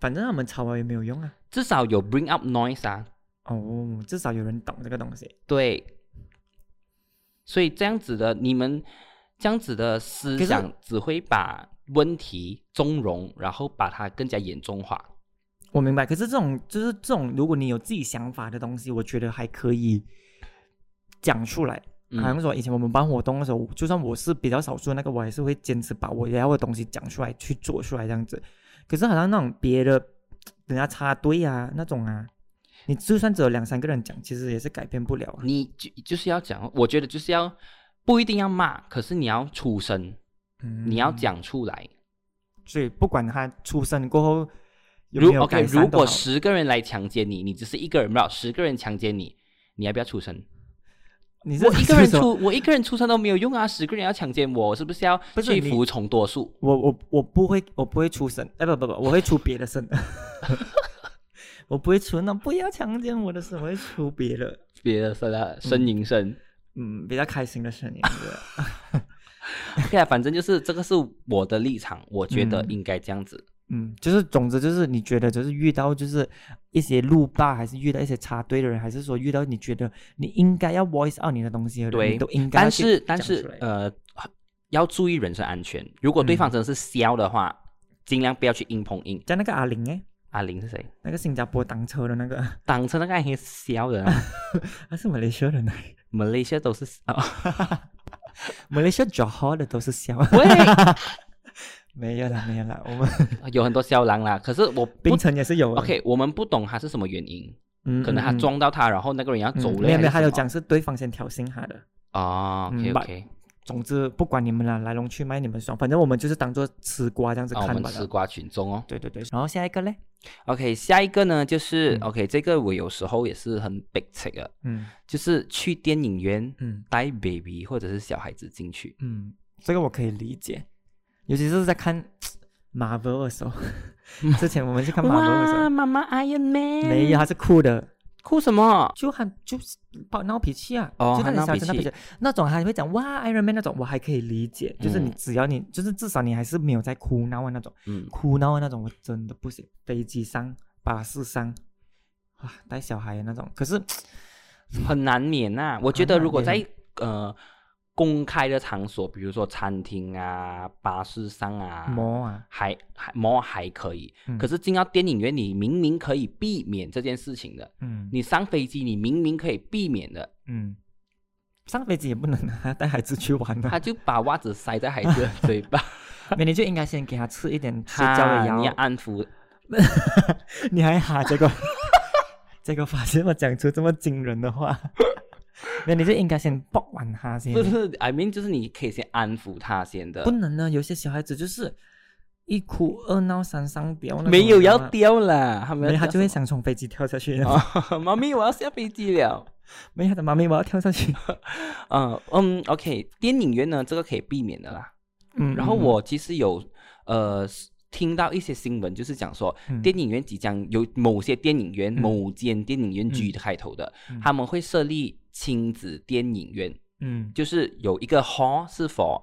S3: 反正他们吵了也没有用啊。
S2: 至少有 bring up noise 啊，
S3: 哦，至少有人懂这个东西。
S2: 对，所以这样子的你们这样子的思
S3: 可是
S2: 想只会把问题中容，然后把它更加严重化。
S3: 我明白。可是这种就是这种，如果你有自己想法的东西，我觉得还可以讲出来。好像
S2: 嗯
S3: 说以前我们办活动的时候，就算我是比较少数的那个，我还是会坚持把我要的东西讲出来，去做出来这样子。可是好像那种别的，人家插队啊那种啊，你就算只有两三个人讲，其实也是改变不了啊。
S2: 你就就是要讲，我觉得就是要不一定要骂，可是你要出声，
S3: 嗯
S2: 你要，讲出来。
S3: 所以不管他出生过后有
S2: 如
S3: 没有
S2: OK，
S3: 改善
S2: 如
S3: 都
S2: 果
S3: 好
S2: 十个人来强奸你，你只是一个人不了，十个人强奸你，你要不要出声？
S3: (laughs) 你是
S2: 我一个人
S3: 是什么
S2: 出，我一个人出声都没有用啊！十个人要强奸我，我是不是要
S3: 不是
S2: 去
S3: 你
S2: 服从多数？
S3: 我我我不会，我不会出声，哎不不不，我会出别的声，
S2: (laughs)
S3: 我不会出那不要强奸我的声，我会出别的，
S2: 别的声啊，呻吟
S3: (laughs)
S2: 声。
S3: 嗯，比较开心的声音。对
S2: OK 啊，反正就是这个是我的立场，我觉得
S3: 嗯
S2: 应该这样子。
S3: (laughs) 嗯，就是总之就是你觉得就是遇到就是一些路霸，还是遇到一些插队的人，还是说遇到你觉得你应该要 voice out 你的东西的人，
S2: 对
S3: 你都应该要
S2: 但
S3: 去
S2: 是但
S3: 讲出
S2: 是
S3: 来
S2: 呃，要注意人身安全。如果对方真的是削的话，尽量不要去硬碰硬。
S3: 像那个阿玲哎，
S2: 阿玲是
S3: (laughs)
S2: 谁？
S3: 那个新加坡挡车的那个， (laughs)
S2: 当成那个黑削的啊，
S3: 他是马来西亚人啊来，
S2: 马来西亚都是啊，
S3: (laughs) 马来西亚 Johor 的都是笑， (laughs)
S2: 喂，
S3: 没有啦没有啦，我们
S2: 有很多肖狼啦。可是我不
S3: 槟城也是有的
S2: OK，我们不懂他是什么原因，
S3: 嗯，
S2: 可能他
S3: 嗯嗯
S2: 撞到他，然后那个人要走
S3: 嗯
S2: 了。
S3: 没有没有，
S2: 还
S3: 他
S2: 是
S3: 有
S2: 什么
S3: 讲是对方先挑衅他的。
S2: 哦
S3: 嗯
S2: ，OK
S3: 吧
S2: OK，
S3: 总之不管你们啦，来龙去脉你们爽，反正我们就是当做吃瓜这样子
S2: 那啊我
S3: 看嗯
S2: 们
S3: 吧。
S2: 吃瓜群众哦。
S3: 对对对，然后下一个嘞，
S2: OK，下一个呢就是
S3: 嗯
S2: OK，这个我有时候也是很 big t 的，
S3: 嗯
S2: 就是去电影院
S3: 嗯
S2: 带 baby 或者是小孩子进去。
S3: 嗯，这个我可以理解，尤其是在看 Marvel 的时
S2: (laughs)
S3: 候，之前我们去看 Marvel 的时候，
S2: 妈妈 Iron Man
S3: 没有，他是哭的，
S2: 哭什么？
S3: 就很就是暴闹脾气啊，
S2: 哦
S3: 就
S2: 他
S3: 那
S2: 闹
S3: 小
S2: 脾
S3: 子闹脾
S2: 气
S3: 气，那种还会讲哇 Iron Man 那种，我还可以理解，就是你
S2: 嗯
S3: 只要你就是至少你还是没有在哭闹啊那种。
S2: 嗯，
S3: 哭闹的那种，我真的不行。飞机上、巴士上，哇，带小孩的那种。可是，
S2: 很难免呐、我觉
S3: 很
S2: 得
S3: 难
S2: 如果在
S3: 免
S2: 呃公开的场所，比如说餐厅啊、巴士上啊，
S3: 魔啊，
S2: 还还摸还可以。
S3: 嗯
S2: 可是进到电影院，你明明可以避免这件事情的。
S3: 嗯
S2: 你上飞机，你明明可以避免的，
S3: 嗯，上飞机也不能啊， (laughs) 带孩子去玩的、
S2: 他就把袜子塞在孩子的嘴
S3: (laughs)
S2: 巴，
S3: 每天就应该先给他吃一点吃胶的
S2: 哈
S3: 药
S2: 你啊要。安抚。
S3: (laughs) 你还哈，结果 (laughs) 结果发现我讲出这么惊人的话， (laughs) 那你就应该先抱完他先
S2: 不。是，I mean，就是你可以先安抚他先的
S3: 不，能啊呢，有些小孩子就是一哭二闹三上吊那种，
S2: 没有
S3: 你知道
S2: 要
S3: 吗，
S2: 掉了，他们
S3: 没
S2: 要
S3: 有他就
S2: 掉
S3: 会
S2: 什么
S3: 想从飞机跳下去。
S2: 哦， (laughs) 妈咪，我要下飞机了。
S3: 没有他的妈咪，我要跳下去。
S2: 嗯嗯，OK，电影院呢，这个可以避免的啦。
S3: 嗯，
S2: 然后
S3: 嗯
S2: 我其实有呃听到一些新闻，就是讲说、
S3: 嗯
S2: 电影院即将有某些电影院、
S3: 嗯
S2: 某间电影院
S3: 嗯
S2: G 的开头的，
S3: 嗯
S2: 他们会设立亲子电影院，
S3: 嗯
S2: 就是有一个 hall 是 for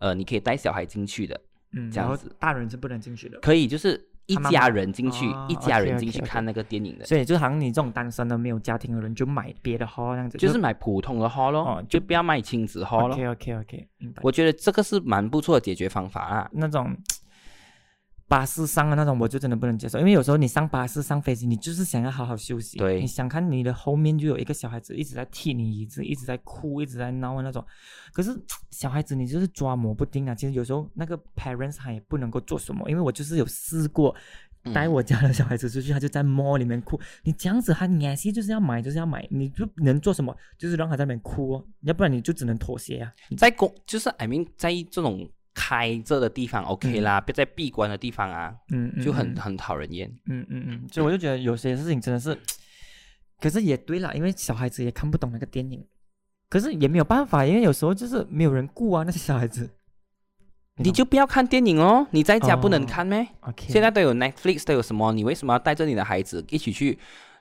S2: 呃你可以带小孩进去的，
S3: 嗯，
S2: 这样
S3: 然后
S2: 子
S3: 大人是不能进去的。
S2: 可以就是一
S3: 他妈
S2: 家
S3: 妈
S2: 人进去，
S3: 哦
S2: 一家人
S3: OK，OK，
S2: 进去
S3: OK
S2: 看那个电影的，
S3: 所以就好像你这种单身的没有家庭的人，就买别的 hall 这样子，
S2: 就是买普通的 hall 咯，
S3: 哦
S2: 就不要买亲子 hall 咯。
S3: OK OK OK，明白。
S2: 我觉得这个是蛮不错的解决方法啊。
S3: 那种嗯巴士上的那种，我就真的不能接受，因为有时候你上巴士、上飞机，你就是想要好好休息，
S2: 对
S3: 你想看你的后面就有一个小孩子一直在踢你椅子，一直在哭，一直在闹的那种。可是小孩子你就是抓摸不定啊，其实有时候那个 parents 他也不能够做什么，因为我就是有试过。带我家的小孩子出去，他就在 mall 里面哭。你这样子，他你还是就是要买，就是要买，你就能做什么？就是让他在那边哭、哦，要不然你就只能妥协啊。
S2: 在公就是 I mean 在这种开着的地方 OK 啦，别、在闭关的地方啊，
S3: 嗯，嗯
S2: 就很、
S3: 嗯
S2: 很讨人厌。
S3: 嗯嗯嗯，所以我就觉得有些事情真的是，可是也对啦，因为小孩子也看不懂那个电影，可是也没有办法，因为有时候就是没有人顾啊，那些小孩子。
S2: 你就不要看电影哦，你在家不能
S3: 哦
S2: 看咩？
S3: OK，
S2: 现在都有 Netflix 都有什么？你为什么要带着你的孩子一起去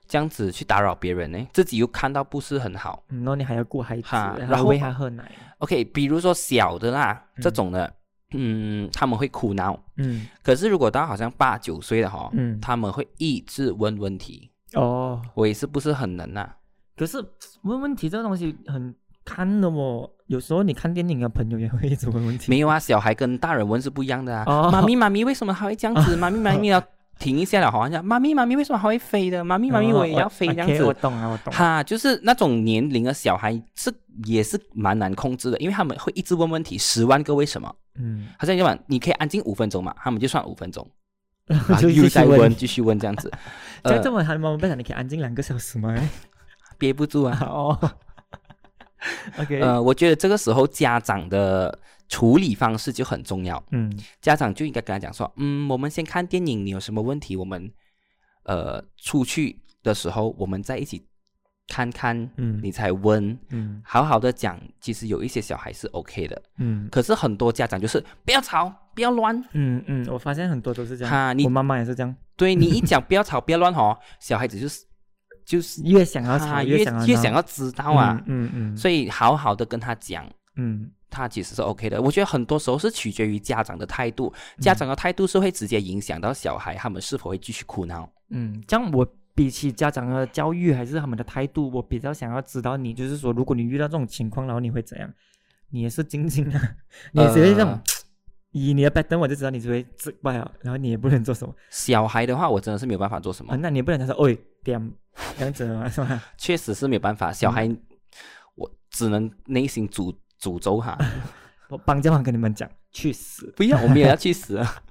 S2: 这样子去打扰别人呢？自己又看到不是很好。
S3: 嗯，然后你还要顾孩子，
S2: 哈
S3: 然
S2: 然
S3: 后
S2: 后
S3: 喂他喝奶，
S2: OK，比如说小的啦，
S3: 嗯
S2: 这种的，嗯，他们会哭闹。
S3: 嗯
S2: 可是如果到好像八九岁的哈、
S3: 嗯，
S2: 他们会一直问问题，
S3: 哦，
S2: 我也是不是很能啊。
S3: 可是问问题这个东西很看的哦，有时候你看电影啊，朋友也会一直问问题。
S2: 没有啊，小孩跟大人问是不一样的啊。
S3: 哦
S2: 妈咪妈咪，为什么还会这样
S3: (laughs)
S2: 子？妈咪妈咪要停一下了，好像叫妈咪妈咪，为什么还会飞的？妈咪妈咪，
S3: 哦
S2: 我也要飞这样
S3: OK，
S2: 子
S3: 我。懂啊，我懂。
S2: 哈，就是那种年龄的小孩是也是蛮难控制的，因为他们会一直问问题，十万个为什么。
S3: 嗯，
S2: 好像要晚你可以安静五分钟嘛，他们就算五分
S3: (laughs)
S2: 钟，
S3: 我
S2: 啊
S3: 就
S2: 又
S3: 继续
S2: 在问
S3: 问。
S2: 继续问这样子，
S3: (laughs) 在
S2: 呃
S3: 这，么还忙，我不想你可以安静两个小时吗？ (laughs)
S2: 憋不住啊。
S3: 哦，OK，
S2: 呃，我觉得这个时候家长的处理方式就很重要，
S3: 嗯
S2: 家长就应该跟他讲说，嗯，我们先看电影，你有什么问题，我们呃出去的时候我们再一起看看，
S3: 嗯
S2: 你才问。
S3: 嗯
S2: 好好的讲，其实有一些小孩是 OK 的，
S3: 嗯
S2: 可是很多家长就是不要吵，不要乱，
S3: 嗯嗯，我发现很多都是这样。
S2: 哈，你
S3: 我妈妈也是这样，
S2: 对你一讲不要吵，不要乱哦，小孩子就是就是
S3: 越想要吵
S2: 他
S3: 越
S2: 越
S3: 想要
S2: 越
S3: 闹
S2: 想要知道啊，
S3: 嗯嗯，
S2: 所以好好的跟他讲，
S3: 嗯
S2: 他其实是 OK 的。我觉得很多时候是取决于家长的态度，家
S3: 嗯
S2: 长的态度是会直接影响到小孩他们是否会继续哭闹。
S3: 嗯，这样我比起家长的教育还是他们的态度，我比较想要知道你，就是说，如果你遇到这种情况，然后你会怎样？你也是静静啊，你也只会这种
S2: 呃，
S3: 以你的 pattern 我就知道你只会自败了，然后你也不能做什么，
S2: 小孩的话，我真的是没有办法做什
S3: 啊，
S2: 么，
S3: 那你也不能他说，喂，点这样子嘛，是吧？
S2: 确实是没有办法。小
S3: 嗯
S2: 孩，我只能内心诅诅咒
S3: (laughs)
S2: 他，
S3: 我帮家长跟你们讲，去死，
S2: 不要，我们也要去死
S3: (laughs)
S2: 啊，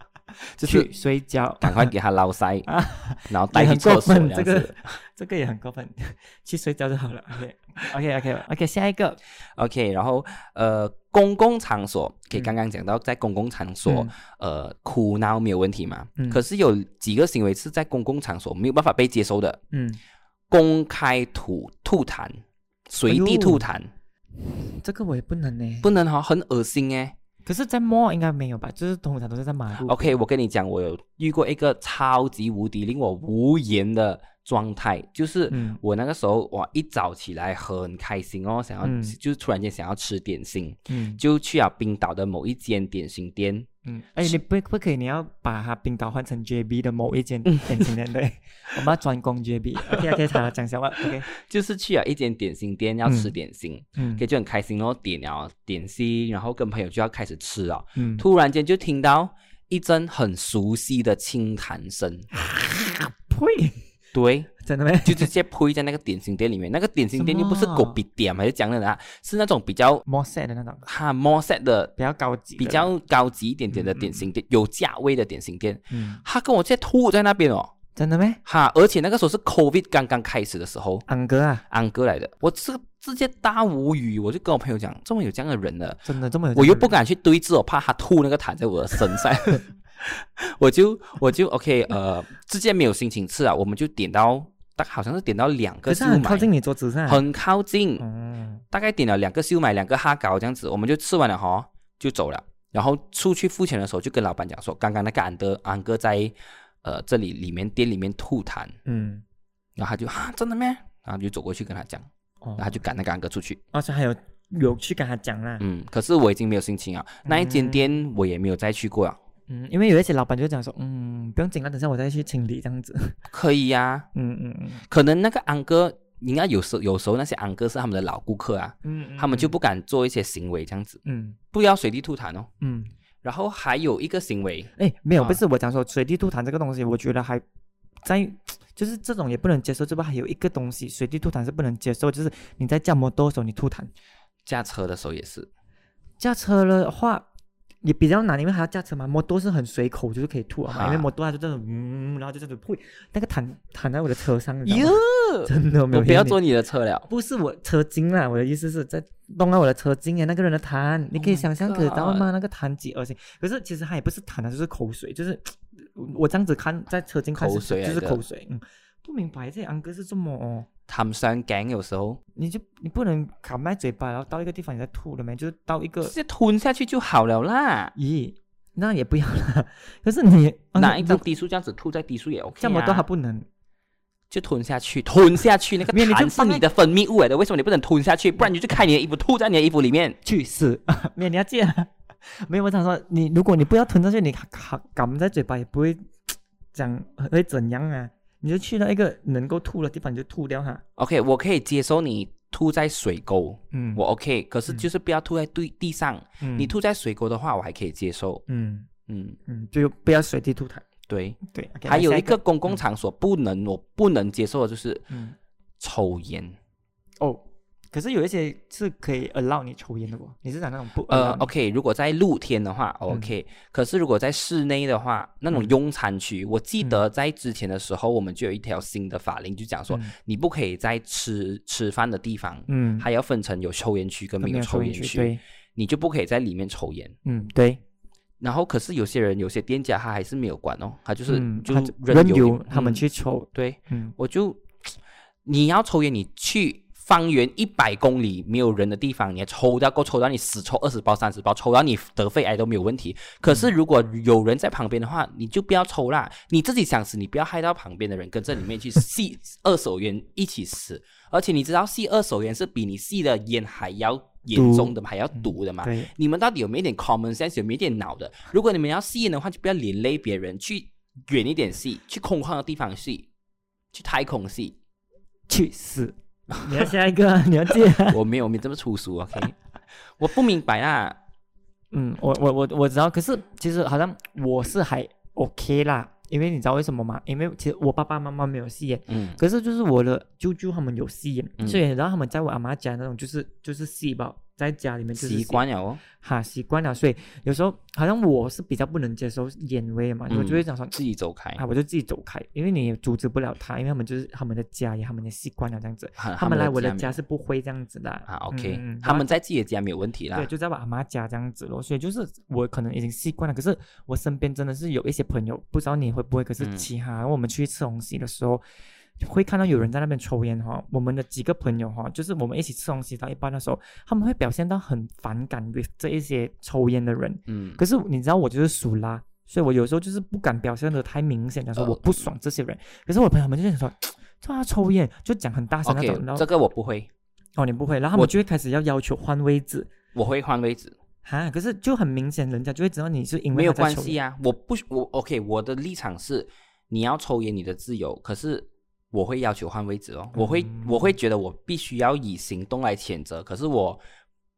S2: 就是
S3: 去睡觉，
S2: 赶快给他捞塞
S3: 啊，
S2: 然后带
S3: 也
S2: 去
S3: 很
S2: 厕
S3: 过
S2: 所
S3: 分，
S2: 这
S3: 这
S2: 样子。
S3: 个这个也很过分， (laughs) 去睡觉就好了。OK OK OK OK，下一个
S2: OK，然后呃，公共场所，可以
S3: 嗯
S2: 刚刚讲到在公共场所，呃，哭闹没有问题嘛？
S3: 嗯
S2: 可是有几个行为是在公共场所没有办法被接受的，
S3: 嗯，
S2: 公开吐吐痰，随
S3: 哎
S2: 地
S3: 呦
S2: 吐痰，
S3: 嗯，这个我也不能呢、
S2: 不能哈、哦很恶心哎。
S3: 可是，在 mall 应该没有吧？就是通常都是在马路。
S2: OK，我跟你讲，我有遇过一个超级无敌令我无言的状态，就是
S3: 嗯
S2: 我那个时候哇，一早起来很开心哦，想要、
S3: 嗯
S2: 就是突然间想要吃点心，
S3: 嗯
S2: 就去了冰岛的某一间点心店。
S3: 嗯，哎，你不不可以，你要把它冰岛换成 JB 的某一间 (laughs)
S2: 嗯
S3: 点心店，对，我们要专攻 JB。OK (laughs) OK，好，讲笑话。OK，
S2: 就是去啊了一间点心店要吃
S3: 嗯
S2: 点心，
S3: 嗯
S2: 可以就很开心咯，点了点心，然后跟朋友就要开始吃了，
S3: 嗯，
S2: 突然间就听到一阵很熟悉的轻弹声，
S3: 呸，
S2: 对，
S3: 真的没？
S2: 就直接扑在那个点心店里面，那个点心店
S3: 什
S2: 又
S3: 么
S2: 不是狗比点还是讲的啦，是那种比较
S3: more sad 的那种，
S2: 哈 more set 的。
S3: 比较高级，
S2: 比，较高级一点点的点心店，有价位的点心店，
S3: 嗯，
S2: 他跟我直接吐在那边哦，
S3: 真的没？
S2: 哈！而且那个时候是 COVID 刚刚开始的时候，
S3: 安哥啊，
S2: 安哥来的，我这个直接大无语，我就跟我朋友讲，这么有这样的人了，
S3: 真的这么有？
S2: 我又不，敢去对峙，我怕他吐那个痰在我的身上， (laughs) 我就我就 OK 呃，之前没有心情吃啊，我们就点到大好像是点到两个
S3: 可是
S2: 秀
S3: 它很
S2: 麦，
S3: 靠近你啊桌子上，
S2: 很靠近
S3: 嗯，
S2: 大概点了两个秀麦，两个哈搞这样子，我们就吃完了哈，就走了。然后出去付钱的时候，就跟老板讲说，刚刚那个安德安哥在呃这里里面店里面吐痰，
S3: 嗯，
S2: 然后他就啊真的咩？然后就走过去跟他讲，
S3: 哦
S2: 然后他就赶那个安哥出去。
S3: 而哦且还有有去跟他讲啦，
S2: 嗯，可是我已经没有心情了，啊那一间店我也没有再去过啊了。
S3: 嗯，因为有一些老板就讲说，嗯，不用紧了，等下我再去清理这样子， (laughs)
S2: 可以呀、
S3: 嗯嗯嗯
S2: 可能那个安哥，应该有时有时候那些安哥是他们的老顾客啊，
S3: 嗯，
S2: 他们就不敢做一些行为这样子，
S3: 嗯
S2: 不要随地吐痰哦。
S3: 嗯，
S2: 然后还有一个行为，
S3: 哎，没有，
S2: 啊
S3: 不是我讲说随地吐痰这个东西，我觉得还在。就是这种也不能接受，这不还有一个东西，随地吐痰是不能接受，就是你在驾摩托的时候你吐痰，
S2: 驾车的时候也是，
S3: 驾车的话也比较难，因为还要驾车嘛，摩托是很随口就是可以吐啊嘛，
S2: 啊
S3: 因为摩托它就这种，嗯，然后就这样子，呸，那个痰 (laughs) 痰在我的车上，你知
S2: 哟
S3: 道吗， (laughs) 真的我没
S2: 我
S3: 有
S2: 不要
S3: 骗你
S2: 坐你的车了。
S3: 不是我车精啦，我的意思是在弄到我的车精耶，那个人的痰，你可以
S2: Oh my
S3: 想象得到
S2: God
S3: 吗？那个痰几恶心。可是其实他也不是痰啊，就是口水，就是我我这样子看在车精看是
S2: 口水来的
S3: 就是口水。嗯，不明白这安哥是这么哦，
S2: 他们上颈有时候
S3: 你就你不能卡麦嘴巴，然后到一个地方你再吐了没？就是到一个
S2: 直接吞下去就好了
S3: 啊
S2: 啦。
S3: 咦，那也不要啦。可是你
S2: 拿一张
S3: 个
S2: 滴数这样子吐在滴数也 OK 啊，
S3: 这么多还不能？
S2: 就吞下去，吞下去，那个
S3: 没有你就
S2: 痰是
S3: 放在
S2: 你的分泌物来的，为什么你不能吞下去？不然你就开你的衣服吐在你的衣服里面。
S3: 去死！ (laughs) 没有你要戒啊。 (laughs) 没有，我想说，你如果你不要吞下去，你卡卡含在嘴巴也不会讲会怎样啊。你就去到一个能够吐的地方，你就吐掉它。
S2: OK，我可以接受你吐在水沟，
S4: 嗯
S2: 我 OK，可是就是不要吐在地地上。
S4: 嗯
S2: 你吐在水沟的话，我还可以接受。
S4: 嗯
S2: 嗯，
S3: 嗯，就不要随地吐痰。
S2: 对。
S3: 对，OK，
S2: 还
S3: 来
S2: 有
S3: 下
S2: 一
S3: 一
S2: 个公共场所不能，我不能接受的就是
S4: 嗯
S2: 抽烟。
S3: 哦，可是有一些是可以 allow 你抽烟的哦，你是讲那种不
S2: 呃
S3: allow 你
S2: ，OK，如果在露天的话，OK，、可是如果在室内的话，那种用餐区，我记得在之前的时候，我们就有一条新的法令，就讲说、
S4: 嗯
S2: 你不可以在吃吃饭的地方，
S4: 嗯，
S2: 还要分成有抽烟区跟没
S3: 没
S2: 有
S3: 有抽
S2: 烟
S3: 烟区，对，
S2: 你就不可以在里面抽烟。
S3: 嗯对，
S2: 然后，可是有些人，有些店家他还是没有管哦，他就是、
S4: 嗯
S2: 就
S3: 他
S2: 任由
S3: 由
S2: 你
S3: 他们
S2: 嗯
S3: 去抽，
S2: 对，
S4: 嗯
S2: 我就你要抽烟，你去方圆一百公里没有人的地方，你还抽到够抽到你死抽二十包三十包，抽到你得肺癌都没有问题。可是
S3: 嗯
S2: 如果有人在旁边的话，你就不要抽啦，你自己想死，你不要害到旁边的人跟这里面去吸二手烟一起死。而且你知道吸二手烟是比你吸的烟还要严重的嘛，还要毒的嘛？
S3: 对，
S2: 你们到底有没有一点 common sense，有没有一点脑的？如果你们要吸烟的话，就不要连累别人，去远一点吸，去空旷的地方吸，去太空
S3: (laughs)
S2: 吸。
S3: 去死！你要下一个，你要接。
S2: 我没有，我没这么粗俗，OK？我不明白
S3: (laughs)
S2: 啊，
S3: 嗯，我我我我知道，可是其实好像我是还 OK 啦，因为你知道为什么吗？因为其实我爸爸妈妈没有吸烟，
S2: 嗯
S3: 可是就是我的舅舅他们有吸烟，
S2: 嗯
S3: 所以你知道他们在我阿妈家那种就是就是细胞在家里面就是吸
S2: 习惯了哦，
S3: 哈习惯了，所以有时候好像我是比较不能接受烟味的嘛，
S2: 嗯
S3: 我就会想说
S2: 自己走开。
S3: 啊，我就自己走开，因为你也阻止不了他，因为他们就是他们的家也他们的习惯了这样子，
S2: 啊
S3: 他们来我
S2: 的
S3: 的家
S2: 没
S3: 是不会这样子的啊
S2: 啊，OK，、
S3: 嗯嗯
S2: 他们在自己的家没有问题啦
S3: 对，。就在我阿妈家这样子咯，所以就是我可能已经习惯了。可是我身边真的是有一些朋友，不知道你会不会，
S2: 嗯
S3: 可是其他、我们去吃东西的时候，会看到有人在那边抽烟哈、我们的几个朋友哈、就是我们一起吃东西到一半的时候，他们会表现到很反感 with 这一些抽烟的人。
S2: 嗯，
S3: 可是你知道我就是属拉，所以我有时候就是不敢表现的太明显，讲说
S2: 呃
S3: 我不爽这些人。可是我朋友们就想说。叫他抽烟，就讲很大声那
S2: OK，
S3: 种然后
S2: 这个我不会，
S3: 哦，你不会，然后他
S2: 我
S3: 们就会开始要要求换位置，
S2: 我会换位置，
S3: 哈，可是就很明显，人家就会知道你是因为
S2: 没有
S3: 他在
S2: 关
S3: 抽
S2: 系
S3: 烟
S2: 啊。我不，我 OK，我的立场是你要抽烟，你的自由，可是我会要求换位置哦，我会、我
S3: 嗯
S2: 会觉得我必须要以行动来谴责，可是我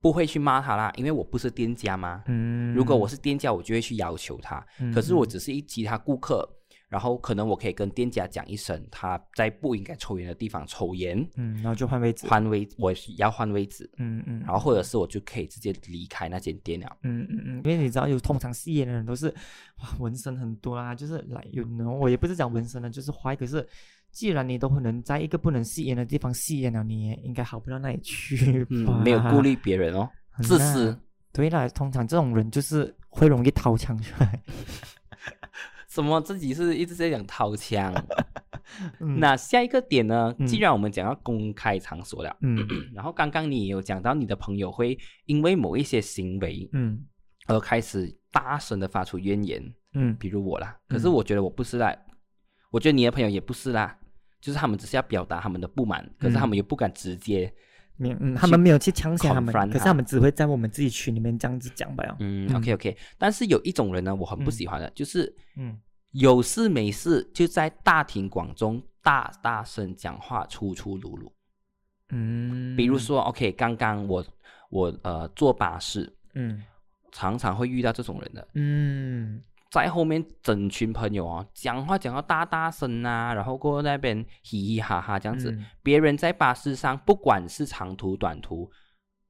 S2: 不会去骂他啦，因为我不是店家嘛。
S3: 嗯，
S2: 如果我是店家，我就会去要求他。
S3: 嗯，
S2: 可是
S3: 嗯
S2: 我只是一其他顾客，然后可能我可以跟店家讲一声，他在不应该抽烟的地方抽烟，
S3: 嗯，然后就换位置，
S2: 换位，我需要换位置，
S3: 嗯嗯，
S2: 然后或者是我就可以直接离开那间店了。
S3: 嗯嗯嗯，因为你知道有通常吸烟的人都是哇纹身很多啦，就是来有 you know, 我也不是讲纹身的，就是坏，可是。既然你都能在一个不能吸烟的地方吸烟了，你也应该好不到哪里去吧、
S2: 嗯，没有顾虑别人哦，
S3: 很
S2: 自
S3: 辣
S2: 私。
S3: 对啦，通常这种人就是会容易掏枪出
S2: (laughs)
S3: 来。
S2: 怎么自己是一直在讲掏枪？
S3: (laughs) 嗯
S2: 那下一个点呢？
S3: 嗯
S2: 既然我们讲到公开场所了，
S3: 嗯
S2: 然后刚刚你也有讲到你的朋友会因为某一些行为
S3: 嗯
S2: 而开始大声的发出怨言，
S3: 嗯
S2: 比如我啦。可是我觉得我不是啦，我觉得你的朋友也不是啦，就是他们只是要表达他们的不满，
S3: 嗯
S2: 可是他们又不敢直接。
S3: 没有嗯，他们没有去枪
S2: 去
S3: 响他们
S2: confront，
S3: 可是
S2: 他
S3: 他们只会在我们自己群里面这样子讲吧。
S2: 嗯 o k OK。但是有一种人呢，我很不喜欢的，就是
S3: 嗯
S2: 有事没事就在大庭广众大大声讲话，粗粗鲁鲁。
S3: 嗯，
S2: 比如说，OK，刚刚我我呃坐巴士，
S3: 嗯
S2: 常常会遇到这种人的，
S3: 嗯
S2: 在后面整群朋友哦，讲话讲到大大声啊，然后过后那边嘻嘻哈哈这样子，
S3: 嗯
S2: 别人在巴士上，不管是长途短途，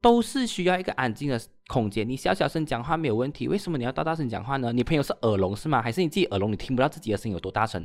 S2: 都是需要一个安静的空间。你小小声讲话没有问题，为什么你要大大声讲话呢？你朋友是耳聋是吗？还是你自己耳聋，你听不到自己的声音有多大声？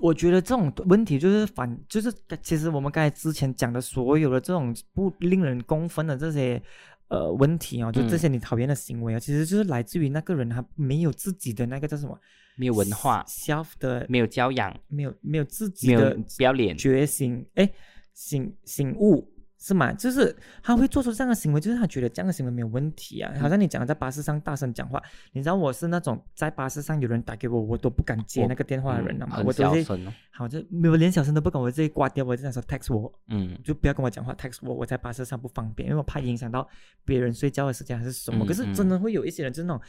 S3: 我觉得这种问题就是反，就是其实我们刚才之前讲的所有的这种不令人公愤的这些呃问题啊、
S2: 嗯
S3: 哦，就这些你讨厌的行为啊、其实就是来自于那个人他没有自己的那个叫什么
S2: 没有文化，
S3: self 的，
S2: 没有教养，
S3: 没有没有自己
S2: 没有
S3: 的
S2: 不要脸。
S3: 觉醒，哎，醒醒悟是吗？就是他会做出这样的行为，就是他觉得这样的行为没有问题
S2: 嗯
S3: 啊。好像你讲的在巴士上大声讲话，你知道我是那种在巴士上有人打给我，我都不敢接
S2: 我
S3: 那个电话的人了
S2: 嗯
S3: 啊嘛，
S2: 很
S3: 我都
S2: 小
S3: 会
S2: 声哦。
S3: 好就没有连小声都不敢，我直接挂掉，我就想说 text 我，
S2: 嗯
S3: 就不要跟我讲话，text 我，我在巴士上不方便，因为我怕影响到别人睡觉的时间还是什么。
S2: 嗯
S3: 可是真的会有一些人就是那种。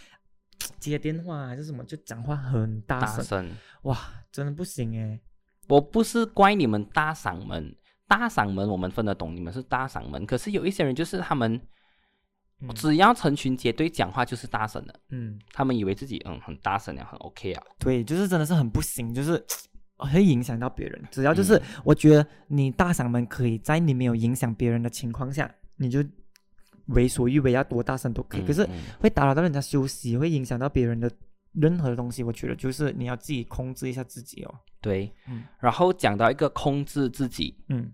S3: 接电话啊还是什么，就讲话很大
S2: 大
S3: 声，
S2: 声。
S3: 哇，真的不行哎、
S2: 我不是怪你们大嗓门，大嗓门我们分得懂，你们是大嗓门，可是有一些人就是他们
S3: 嗯
S2: 只要成群结队讲话就是大声的，
S3: 嗯，
S2: 他们以为自己嗯很大声了，很 OK 啊，
S3: 对，就是真的是很不行，就是会影响到别人。只要
S2: 嗯
S3: 就是我觉得你大嗓门可以在你没有影响别人的情况下，你就为所欲为，要多大声都可以。
S2: 嗯
S3: 可是
S2: 嗯
S3: 会打扰到人家休息，会影响到别人的任何的东西，我觉得就是你要自己控制一下自己哦。
S2: 对
S3: 嗯，
S2: 然后讲到一个控制自己
S3: 嗯，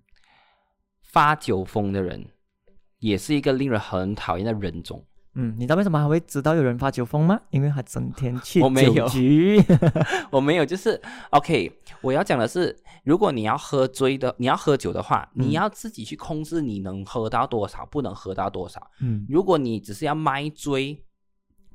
S2: 发酒疯的人，也是一个令人很讨厌的人种。
S3: 嗯，你知道为什么还会知道有人发酒疯吗？因为他整天去
S2: 我没有
S3: 酒局。 (laughs)
S2: 我没有，就是 OK。我要讲的是，如果你要喝醉的，你要喝酒的话，
S3: 嗯
S2: 你要自己去控制你能喝到多少，不能喝到多少。
S3: 嗯，
S2: 如果你只是要买醉，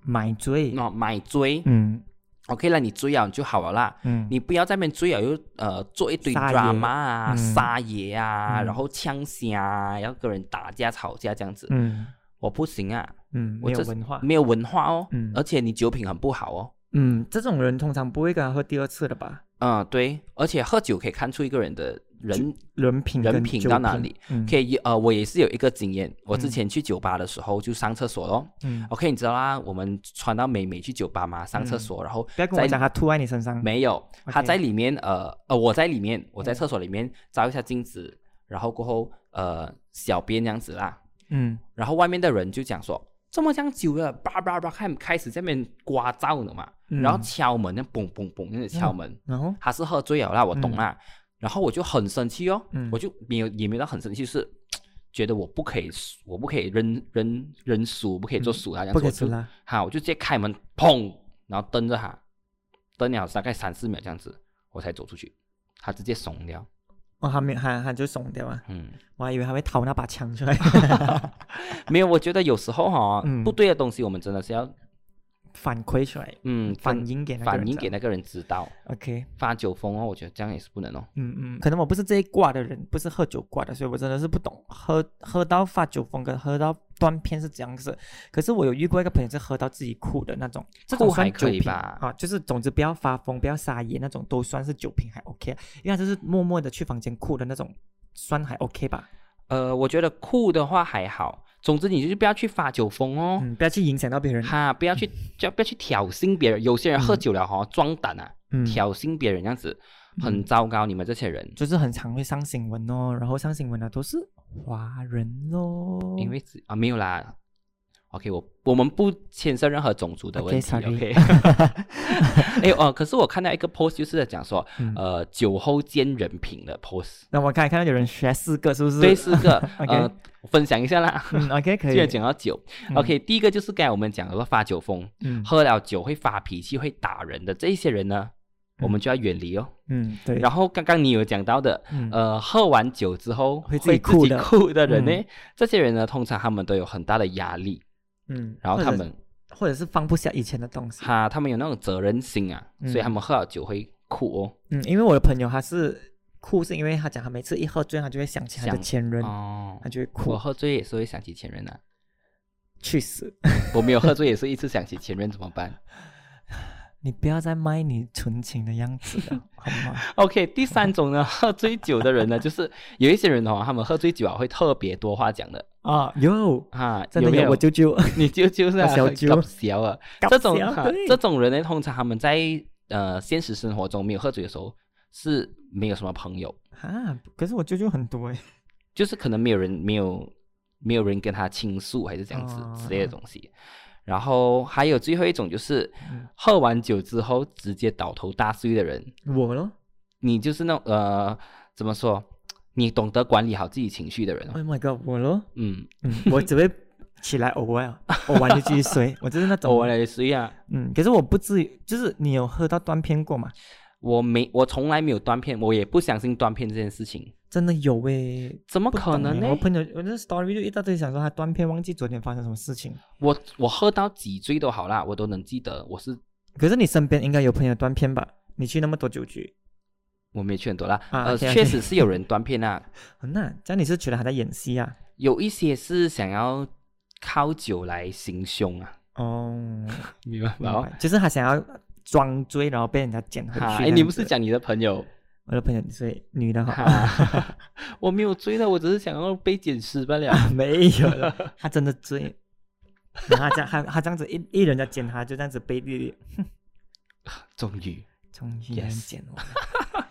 S3: 买醉。
S2: 那、买醉、
S3: 嗯
S2: o k 了，你醉了就好了啦。
S3: 嗯，
S2: 你不要在那边醉了又呃做一堆
S3: 撒野
S2: drama 啊、
S3: 嗯
S2: 撒野啊，
S3: 嗯
S2: 然后呛虾啊，要跟人打架吵架这样子，
S3: 嗯
S2: 我不行啊，
S3: 嗯
S2: 我
S3: 没有
S2: 这是
S3: 文化。
S2: 没有文化哦，
S3: 嗯
S2: 而且你酒品很不好哦。
S3: 嗯，这种人通常不会跟他喝第二次的吧？
S2: 嗯，对，而且喝酒可以看出一个人的人
S3: 人品
S2: 人
S3: 跟
S2: 品
S3: 酒
S2: 到哪里？
S3: 嗯，
S2: 可以呃，我也是有一个经验，我之前去酒吧的时候就上厕所咯。
S3: 嗯，
S2: OK，你知道啦，我们穿到美美去酒吧嘛，上厕所，然后
S3: 不要跟我
S2: 在
S3: 讲他吐在你身上。
S2: 没有，他
S3: 嗯 OK 嗯
S2: 在里面呃呃，我在里面，我在厕所里面照一下镜子，然后过后呃小便这样子啦，
S3: 嗯
S2: 然后外面的人就讲说。这么这样久了，叭叭叭，开开始在那边刮噪了嘛，
S3: 嗯
S2: 然后敲门，那嘣嘣嘣，那敲门，
S3: 然后
S2: 他是喝醉了啦，我懂
S3: 嗯
S2: 啦。然后我就很生气哦，
S3: 嗯
S2: 我就没有也没有到很生气，是觉得我不可以，我不可以扔扔扔书，不可以做书啊，这样
S3: 嗯不
S2: 子
S3: 可以
S2: 我
S3: 吃
S2: 就
S3: 啦。
S2: 哈，我就直接开门，砰，然后瞪着他，瞪了大概三四秒这样子，我才走出去，他直接怂了，
S3: 哦，他没有，他他就怂掉啊！ (laughs)
S2: 嗯，
S3: 我还以为他会掏那把枪出来。
S2: 没有，我觉得有时候哈、
S3: 嗯
S2: 不对的东西我们真的是要
S3: 反馈出来，
S2: 嗯
S3: 反
S2: 跟
S3: 应给那个人
S2: 反映
S3: 知道
S2: 给那个人知道，
S3: OK，
S2: 发酒疯哦，我觉得这样也是不能哦，
S3: 嗯嗯，可能我不是这一挂的人，不是喝酒挂的，所以我真的是不懂喝喝到发酒疯跟喝到断片是怎样子。可是我有遇过一个朋友是喝到自己哭的那种，这种
S2: 哭还
S3: 算酒
S2: 可以
S3: 品
S2: 吧
S3: 啊，就是总之不要发疯，不要撒野那种，都算是酒品还 OK，因为他就是默默的去房间哭的那种，算还 OK 吧。嗯
S2: 呃，我觉得酷的话还好，总之你就是不要去发酒疯哦。
S3: 嗯，不要去影响到别人。
S2: 哈，不要
S3: (laughs)
S2: 去，就不要去挑衅别人。有些人喝酒了哈、装胆啊，
S3: 嗯，
S2: 挑衅别人这样子，很糟糕。你们这些人，
S3: 就是很常会上新闻哦，然后上新闻的都是华人咯，
S2: 因为只啊没有啦。OK，我我们不牵涉任何种族的问题。
S3: OK，sorry (laughs)
S2: OK，哎哦、可是我看到一个 post 就是在讲说，
S3: 嗯
S2: 呃，酒后见人品的 post，
S3: 那我刚才看到有人学四个，是不是？
S2: 对，四
S3: (laughs)
S2: 个
S3: OK
S2: 呃，分享一下啦。 (laughs)
S3: 嗯，OK，可
S2: 既然
S3: 以。
S2: 讲到酒、o k 第一个就是刚才我们讲的发酒疯，
S3: 嗯
S2: 喝了酒会发脾气、会打人的这一些人呢，我们就要远离哦。
S3: 嗯，对。
S2: 然后刚刚你有讲到的，
S3: 嗯
S2: 呃，喝完酒之后
S3: 会自
S2: 会
S3: 己
S2: 自
S3: 哭
S2: 己
S3: 的
S2: 哭的人呢，
S3: 嗯
S2: 这些人呢，通常他们都有很大的压力，
S3: 嗯，
S2: 然后他
S3: 或者
S2: 们
S3: 或者是放不下以前的东西。
S2: 哈，他们有那种责任心啊，
S3: 嗯
S2: 所以他们喝了酒会哭哦。
S3: 嗯，因为我的朋友他是哭，是因为他讲他每次一喝醉，他就会想起他的
S2: 想
S3: 前任，
S2: 哦
S3: 他，就会
S2: 我
S3: 哭，
S2: 喝醉也是会想起前任啊，
S3: 去死！ (laughs)
S2: 我没有喝醉也是一次想起前任怎么办
S3: 你不要再卖你纯情的样子
S2: (laughs)
S3: 了，好吗？
S2: (laughs) ？OK，第三种呢，喝醉酒的 (laughs) 人呢，就是有一些人哦，他们喝醉酒啊会特别多话讲的
S3: 啊，有，
S2: 啊，
S3: 真的
S2: 没有
S3: 我舅舅，
S2: (laughs) 你舅舅是啊
S3: 我小舅
S2: 搞笑啊，
S3: 搞
S2: 这种
S3: 笑
S2: 哈
S3: 对
S2: 这种人呢，通常他们在呃现实生活中没有喝醉的时候是没有什么朋友，
S3: 啊，可是我舅舅很
S2: (laughs)
S3: 多哎，
S2: 就是可能没有人没有没有人跟他倾诉还是这样子
S3: 哦
S2: 之类的东西。然后还有最后一种就是
S3: 嗯
S2: 喝完酒之后直接倒头大睡的人，
S3: 我咯，
S2: 你就是那种呃怎么说，你懂得管理好自己情绪的人哦。
S3: Oh my god，
S2: (laughs)
S3: 我咯，
S2: 嗯，
S3: 嗯，我只会起来偶尔，偶尔就继续睡，我就是那种，
S2: 我来睡啊，
S3: 嗯，可是我不至于，就是你有喝到断片过吗？
S2: 我没我从来没有断片，我也不相信断片这件事情。
S3: 真的有诶，
S2: 怎么
S3: 不
S2: 可
S3: 懂
S2: 能
S3: 欸
S2: 呢？
S3: 我朋友，我那 story 就一大堆想说他断片，忘记昨天发生什么事情。
S2: 我我喝到几醉都好啦，我都能记得。我是
S3: 可是你身边应该有朋友断片吧？你去那么多酒局，
S2: 我没有去很多啦，
S3: 啊
S2: 呃
S3: OK，OK
S2: 确实是有人断片啊，
S3: 很难。这样你是觉得他在演戏啊？
S2: 有一些是想要靠酒来行凶啊，
S3: 哦，
S2: 明白
S3: 明白就是他想要装醉，然后被人家捡回去
S2: 哈，
S3: 这样子。
S2: 哎，你不是讲你的朋友？
S3: 我的朋友，所以女的哈，
S2: 哈 (laughs) 我没有追的，我只是想要被捡尸罢了。
S3: 没有了，他真的追，然后他这样，他他这样子一一人家捡他，就这样子背地里，
S2: (laughs) 终于，
S3: 终于有人
S2: Yes
S3: 捡我了。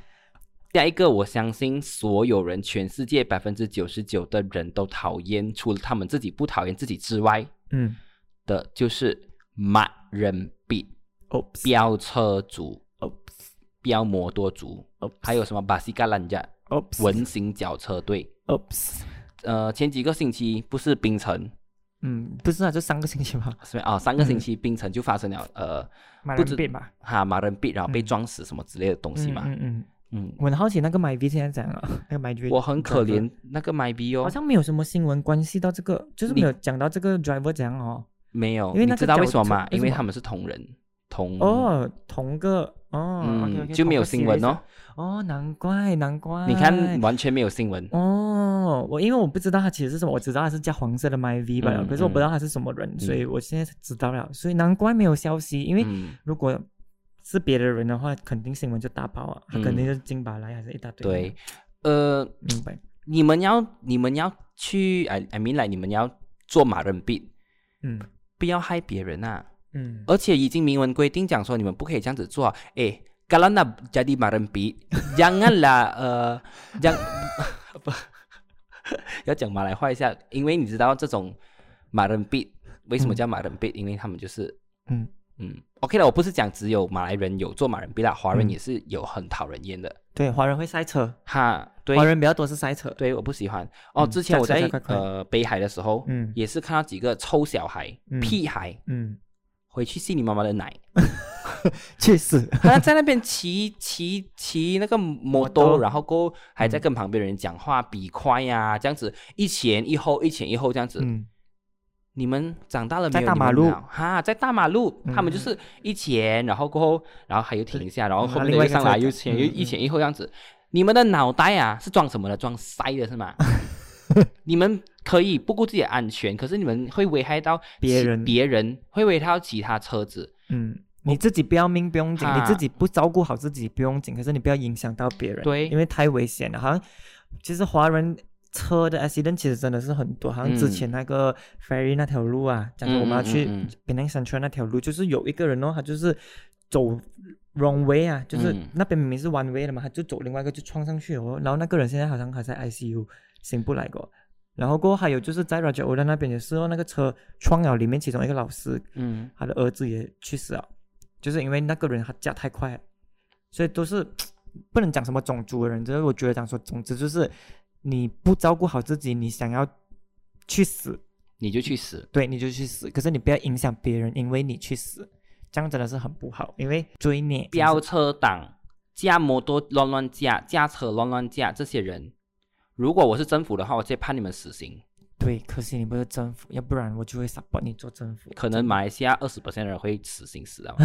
S2: 下一个，我相信所有人，全世界百分之九十九的人都讨厌，除了他们自己不讨厌自己之外
S3: 嗯
S2: 的，就是马人币、
S3: ，oops
S2: 飙车族、
S3: oops
S2: 飙摩托族，
S3: oops，
S2: 还有什么巴西嘎兰加
S3: oops
S2: 文型脚车队。
S3: oops，
S2: 呃，前几个星期不是槟城，
S3: 嗯，不是啊，就上个星期吧，
S2: 是啊、哦，三个星期槟城就发生了
S3: 嗯
S2: 呃
S3: 买
S2: 不
S3: 人
S2: 止
S3: 变吧。
S2: 哈马人币，然后被
S3: 嗯
S2: 撞死什么之类的东西
S3: 嗯
S2: 嘛。
S3: 嗯嗯，
S2: 嗯，
S3: 我很好奇那个 My V 现在怎样了？ (laughs) 那个 My V
S2: 我很可怜，那个 My B 哦，
S3: 好像没有什么新闻关系到这个，就是没
S2: 你
S3: 有讲到这个 driver 怎样哦。
S2: 没有，
S3: 因为
S2: 你
S3: 那个
S2: 知道
S3: 角
S2: 为什么
S3: 色
S2: 吗？因
S3: 为什
S2: 为
S3: 么
S2: 他们是同人同，
S3: 哦，同个哦，OK，OK，
S2: 嗯，
S3: 同个
S2: 就没有新闻
S3: series
S2: 哦。
S3: 哦，难怪难怪。
S2: 你看，完全没有新闻。
S3: 哎哦，我因为我不知道它其实是什么，我只知道它是叫黄色的 My V 吧，
S2: 嗯
S3: 可是我不知道它是什么人，所以我现在才知道了，所以难怪没有消息，因为
S2: 嗯，
S3: 如果是别的人的话，肯定新闻就大爆啊，他肯定就是金巴莱还是一大堆。
S2: 嗯对，，呃，
S3: 明白。
S2: 你们要你们要去，I I mean like 你们要做马人币，
S3: 嗯
S2: 不要害别人啊！
S3: 嗯，
S2: 而且已经明文规定讲说你们不可以这样子做啊。诶 k a l a n a jadi malam bi, janganlah 呃 j a n (laughs) 不要讲马来话一下，因为你知道这种马人币为什么叫马人币？因为他们就是
S3: 嗯
S2: 嗯，OK 了，我不是讲只有马来人有做马人币啦，华人
S3: 嗯
S2: 也是有很讨人厌的、
S3: 对，华人会塞车，
S2: 哈。对
S3: 华，人比较多是塞车。
S2: 对，我不喜欢。哦，
S3: 嗯
S2: 之前我
S3: 下次
S2: 在
S3: 下快快
S2: 呃北海的时候，
S3: 嗯
S2: 也是看到几个臭小孩、
S3: 嗯
S2: 屁孩
S3: 嗯，
S2: 回去吸你妈妈的奶。
S3: 确实。
S2: 他在那边骑 (laughs) 骑骑那个摩
S3: 托
S2: 托，然后过后还在跟旁边的人讲话，比快呀、这样子一前一后，一前一后这样子。
S3: 嗯，
S2: 你们长大了没有？
S3: 在大
S2: 你们
S3: 马路
S2: 了哈，在大马路，他们就是一前，然后过后，然后还有停一下，然后后面
S3: 嗯另
S2: 的
S3: 外
S2: 又
S3: 一个
S2: 上来
S3: 车
S2: 又前
S3: 嗯
S2: 又
S3: 嗯
S2: 一前一后这样子。你们的脑袋啊是装什么的？装塞的
S3: (laughs)
S2: 是吗？你们可以不顾自己的安全，可是你们会危害到
S3: 别
S2: 其
S3: 人
S2: 别人会危害到其他车子。
S3: 嗯，你自己不要命不用紧，
S2: 啊
S3: 你自己不照顾好自己不用紧，可是你不要影响到别人，
S2: 对
S3: 因为太危险了。好像其实华人车的 accident 其实真的是很多，好像之前那个 ferry 那条路啊，讲说我们要去
S2: 嗯嗯嗯嗯
S3: Penang Central 那条路，就是有一个人哦，他就是走 wrong way 啊，就是
S2: 嗯
S3: 那边明明是 one way 的嘛，他就走另外一个就撞上去哦，然后那个人现在好像还在 ICU，醒不来过。然后过后还有就是在 Raja Ola 那边也是哦，那个车撞了里面其中一个老师，
S2: 嗯，
S3: 他的儿子也去世了，就是因为那个人他驾太快了，所以都是不能讲什么种族的人，就是我觉得讲说，总之就是你不照顾好自己，你想要去死，
S2: 你就去死。
S3: 对，你就去死，可是你不要影响别人，因为你去死，这样真的是很不好，因为追你
S2: 飙车党、驾摩托乱乱驾、驾车乱乱驾这些人，如果我是政府的话，我直接判你们死刑。
S3: 对，可惜你不是政府，要不然我就会 support 你做政府，
S2: 可能马来西亚二十的人会死刑死
S3: (laughs)
S2: 啊。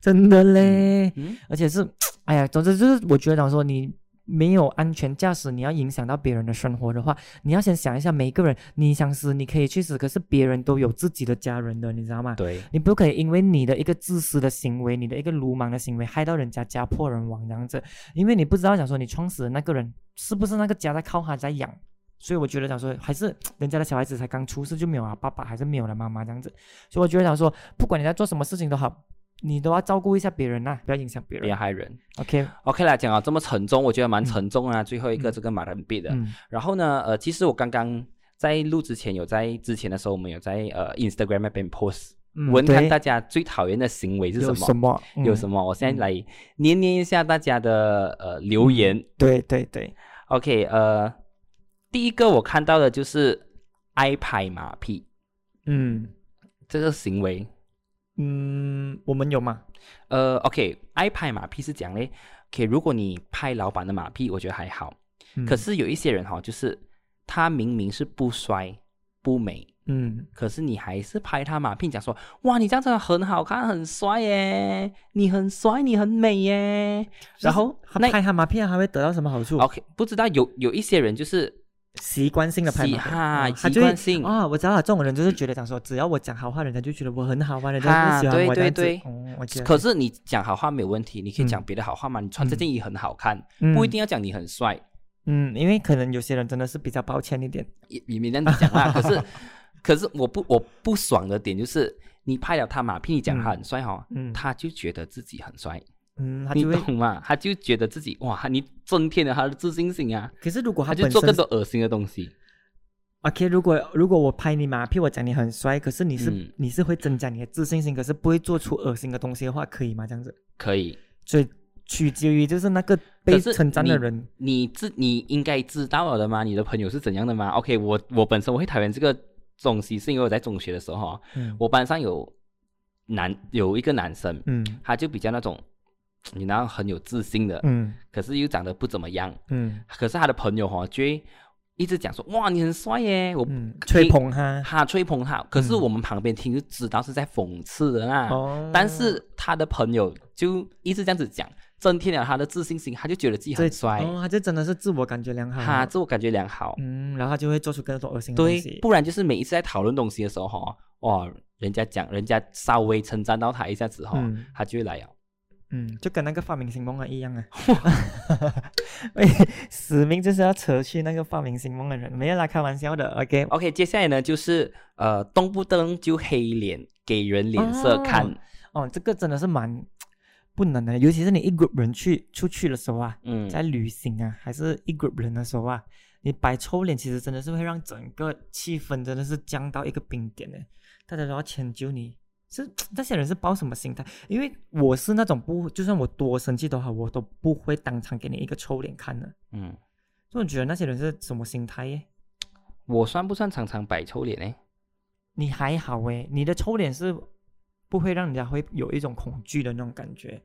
S3: 真的嘞，
S2: 嗯，
S3: 而且是，哎呀，总之就是我觉得讲说你没有安全驾驶，你要影响到别人的生活的话，你要先想一下，每一个人你想死你可以去死，可是别人都有自己的家人的，你知道吗？
S2: 对，
S3: 你不可以因为你的一个自私的行为，你的一个鲁莽的行为，害到人家家破人亡这样子，因为你不知道讲说你撞死的那个人是不是那个家在靠他在养，所以我觉得讲说还是人家的小孩子才刚出世就没有啊爸爸，还是没有了妈妈这样子，所以我觉得讲说不管你在做什么事情都好，你都要照顾一下别人呐、不要影响别
S2: 别
S3: 人。
S2: 害人。
S3: OK，
S2: OK 啦，讲啊这么沉重，我觉得蛮沉重啊。最后一个这个马人币的，
S3: 嗯
S2: 然后呢，呃，其实我刚刚。在录之前有在之前的时候，我们有在呃 Instagram 那边 post
S3: 嗯
S2: 文
S3: 对
S2: 看大家最讨厌的行为是什
S3: 有
S2: 么？
S3: 什么？嗯
S2: 有
S3: 么？
S2: 什么我现在来念念一下大家的呃留言，
S3: 对对对，
S2: OK，呃，第一个我看到的就是挨拍马屁
S3: 嗯
S2: 这个行为。
S3: 嗯，我们有吗？
S2: 呃，OK，挨拍马屁是讲嘞，OK，如果你拍老板的马屁，我觉得还好。
S3: 嗯
S2: 可是有一些人哈、就是他明明是不帅不美，
S3: 嗯
S2: 可是你还是拍他马屁，讲说哇，你这样真的很好看，很帅耶，你很帅，你很美耶。然后
S3: 他
S2: 那
S3: 拍他马屁啊，他会得到什么好处？
S2: OK，不知道有有一些人就是
S3: 习惯性的拍
S2: 习
S3: 马屁
S2: 哈
S3: 啊他
S2: 习
S3: 就会
S2: 惯性
S3: 啊、我知道了，这种人就是觉得讲说，只要我讲好话，人家就觉得我很好啊，人家
S2: 哈
S3: 就会喜欢我
S2: 对
S3: 这样子。
S2: 对对
S3: 哦，我觉得
S2: 可是你讲好话没有问题，你可以讲
S3: 嗯
S2: 别的好话嘛。你穿这件衣很好看，
S3: 嗯
S2: 不一定要讲你很帅，
S3: 嗯，因为可能有些人真的是比较抱歉一点，
S2: 也也没这样子讲
S3: (laughs)
S2: 啦。可是，可是我不我不爽的点就是，你拍了他嘛，譬如你讲他很帅哦，
S3: 嗯
S2: 他就觉得自己很帅，
S3: 嗯，他
S2: 你
S3: 就会。
S2: 懂吗？他就觉得自己哇，你增添了他的自信心啊，
S3: 可是如果
S2: 他
S3: 哦
S2: 就
S3: 他本
S2: 做
S3: 身
S2: 更
S3: 是
S2: 多恶心的东西。
S3: OK，如果如果我拍你马屁，我讲你很帅，可是你是、
S2: 嗯
S3: 你是会增加你的自信心，可是不会做出恶心的东西的话，可以吗？这样子，
S2: 可以，
S3: 所以取决于就是那个被
S2: 可是
S3: 称赞的
S2: 你
S3: 人，
S2: 你自你应该知道了的嘛，你的朋友是怎样的嘛？OK，我我本身我会讨厌这个东西，是因为我在中学的时候哦，
S3: 嗯
S2: 我班上有男有一个男生，
S3: 嗯
S2: 他就比较那种，你那很有自信的，
S3: 嗯
S2: 可是又长得不怎么样，
S3: 嗯
S2: 可是他的朋友哈、哦、就会一直讲说哇你很帅耶，我
S3: 嗯，吹
S2: 你
S3: 捧他，
S2: 他吹捧他，可是
S3: 嗯
S2: 我们旁边听就知道是在讽刺的啦。
S3: 哦，
S2: 但是他的朋友就一直这样子讲，增添了他的自信心，他就觉得自己
S3: 这
S2: 很帅，
S3: 哦，他就真的是自我感觉良好，
S2: 他自我感觉良好。
S3: 嗯，然后他就会做出更多恶心的东
S2: 对
S3: 西，，哦
S2: 不然就是每一次在讨论东西的时候哈、哦，哇，人家讲，人家稍微称赞到他一下子哈、
S3: 嗯
S2: 他就会来了。哦
S3: 嗯，就跟那个发明星梦啊一
S2: (laughs)
S3: 样啊， (laughs) 哎，使命就是要扯去那个发明星梦的人，没有啦，开玩笑的，OK，
S2: OK，接下来呢就是呃，动不动就黑脸，给人脸色看。
S3: 哦哦，这个真的是蛮不能的，尤其是你一 group 人去出去的时候啊，
S2: 嗯，
S3: 在旅行啊，还是一 group 人的时候啊，你摆臭脸，其实真的是会让整个气氛真的是降到一个冰点的，大家都要迁就你。是那些人是抱什么心态？因为我是那种不，就算我多生气都好，我都不会当场给你一个臭脸看的。
S2: 嗯，
S3: 所以我觉得那些人是什么心态耶？
S2: 我算不算常常摆臭脸呢？
S3: 你还好诶，你的臭脸是不会让人家会有一种恐惧的那种感觉，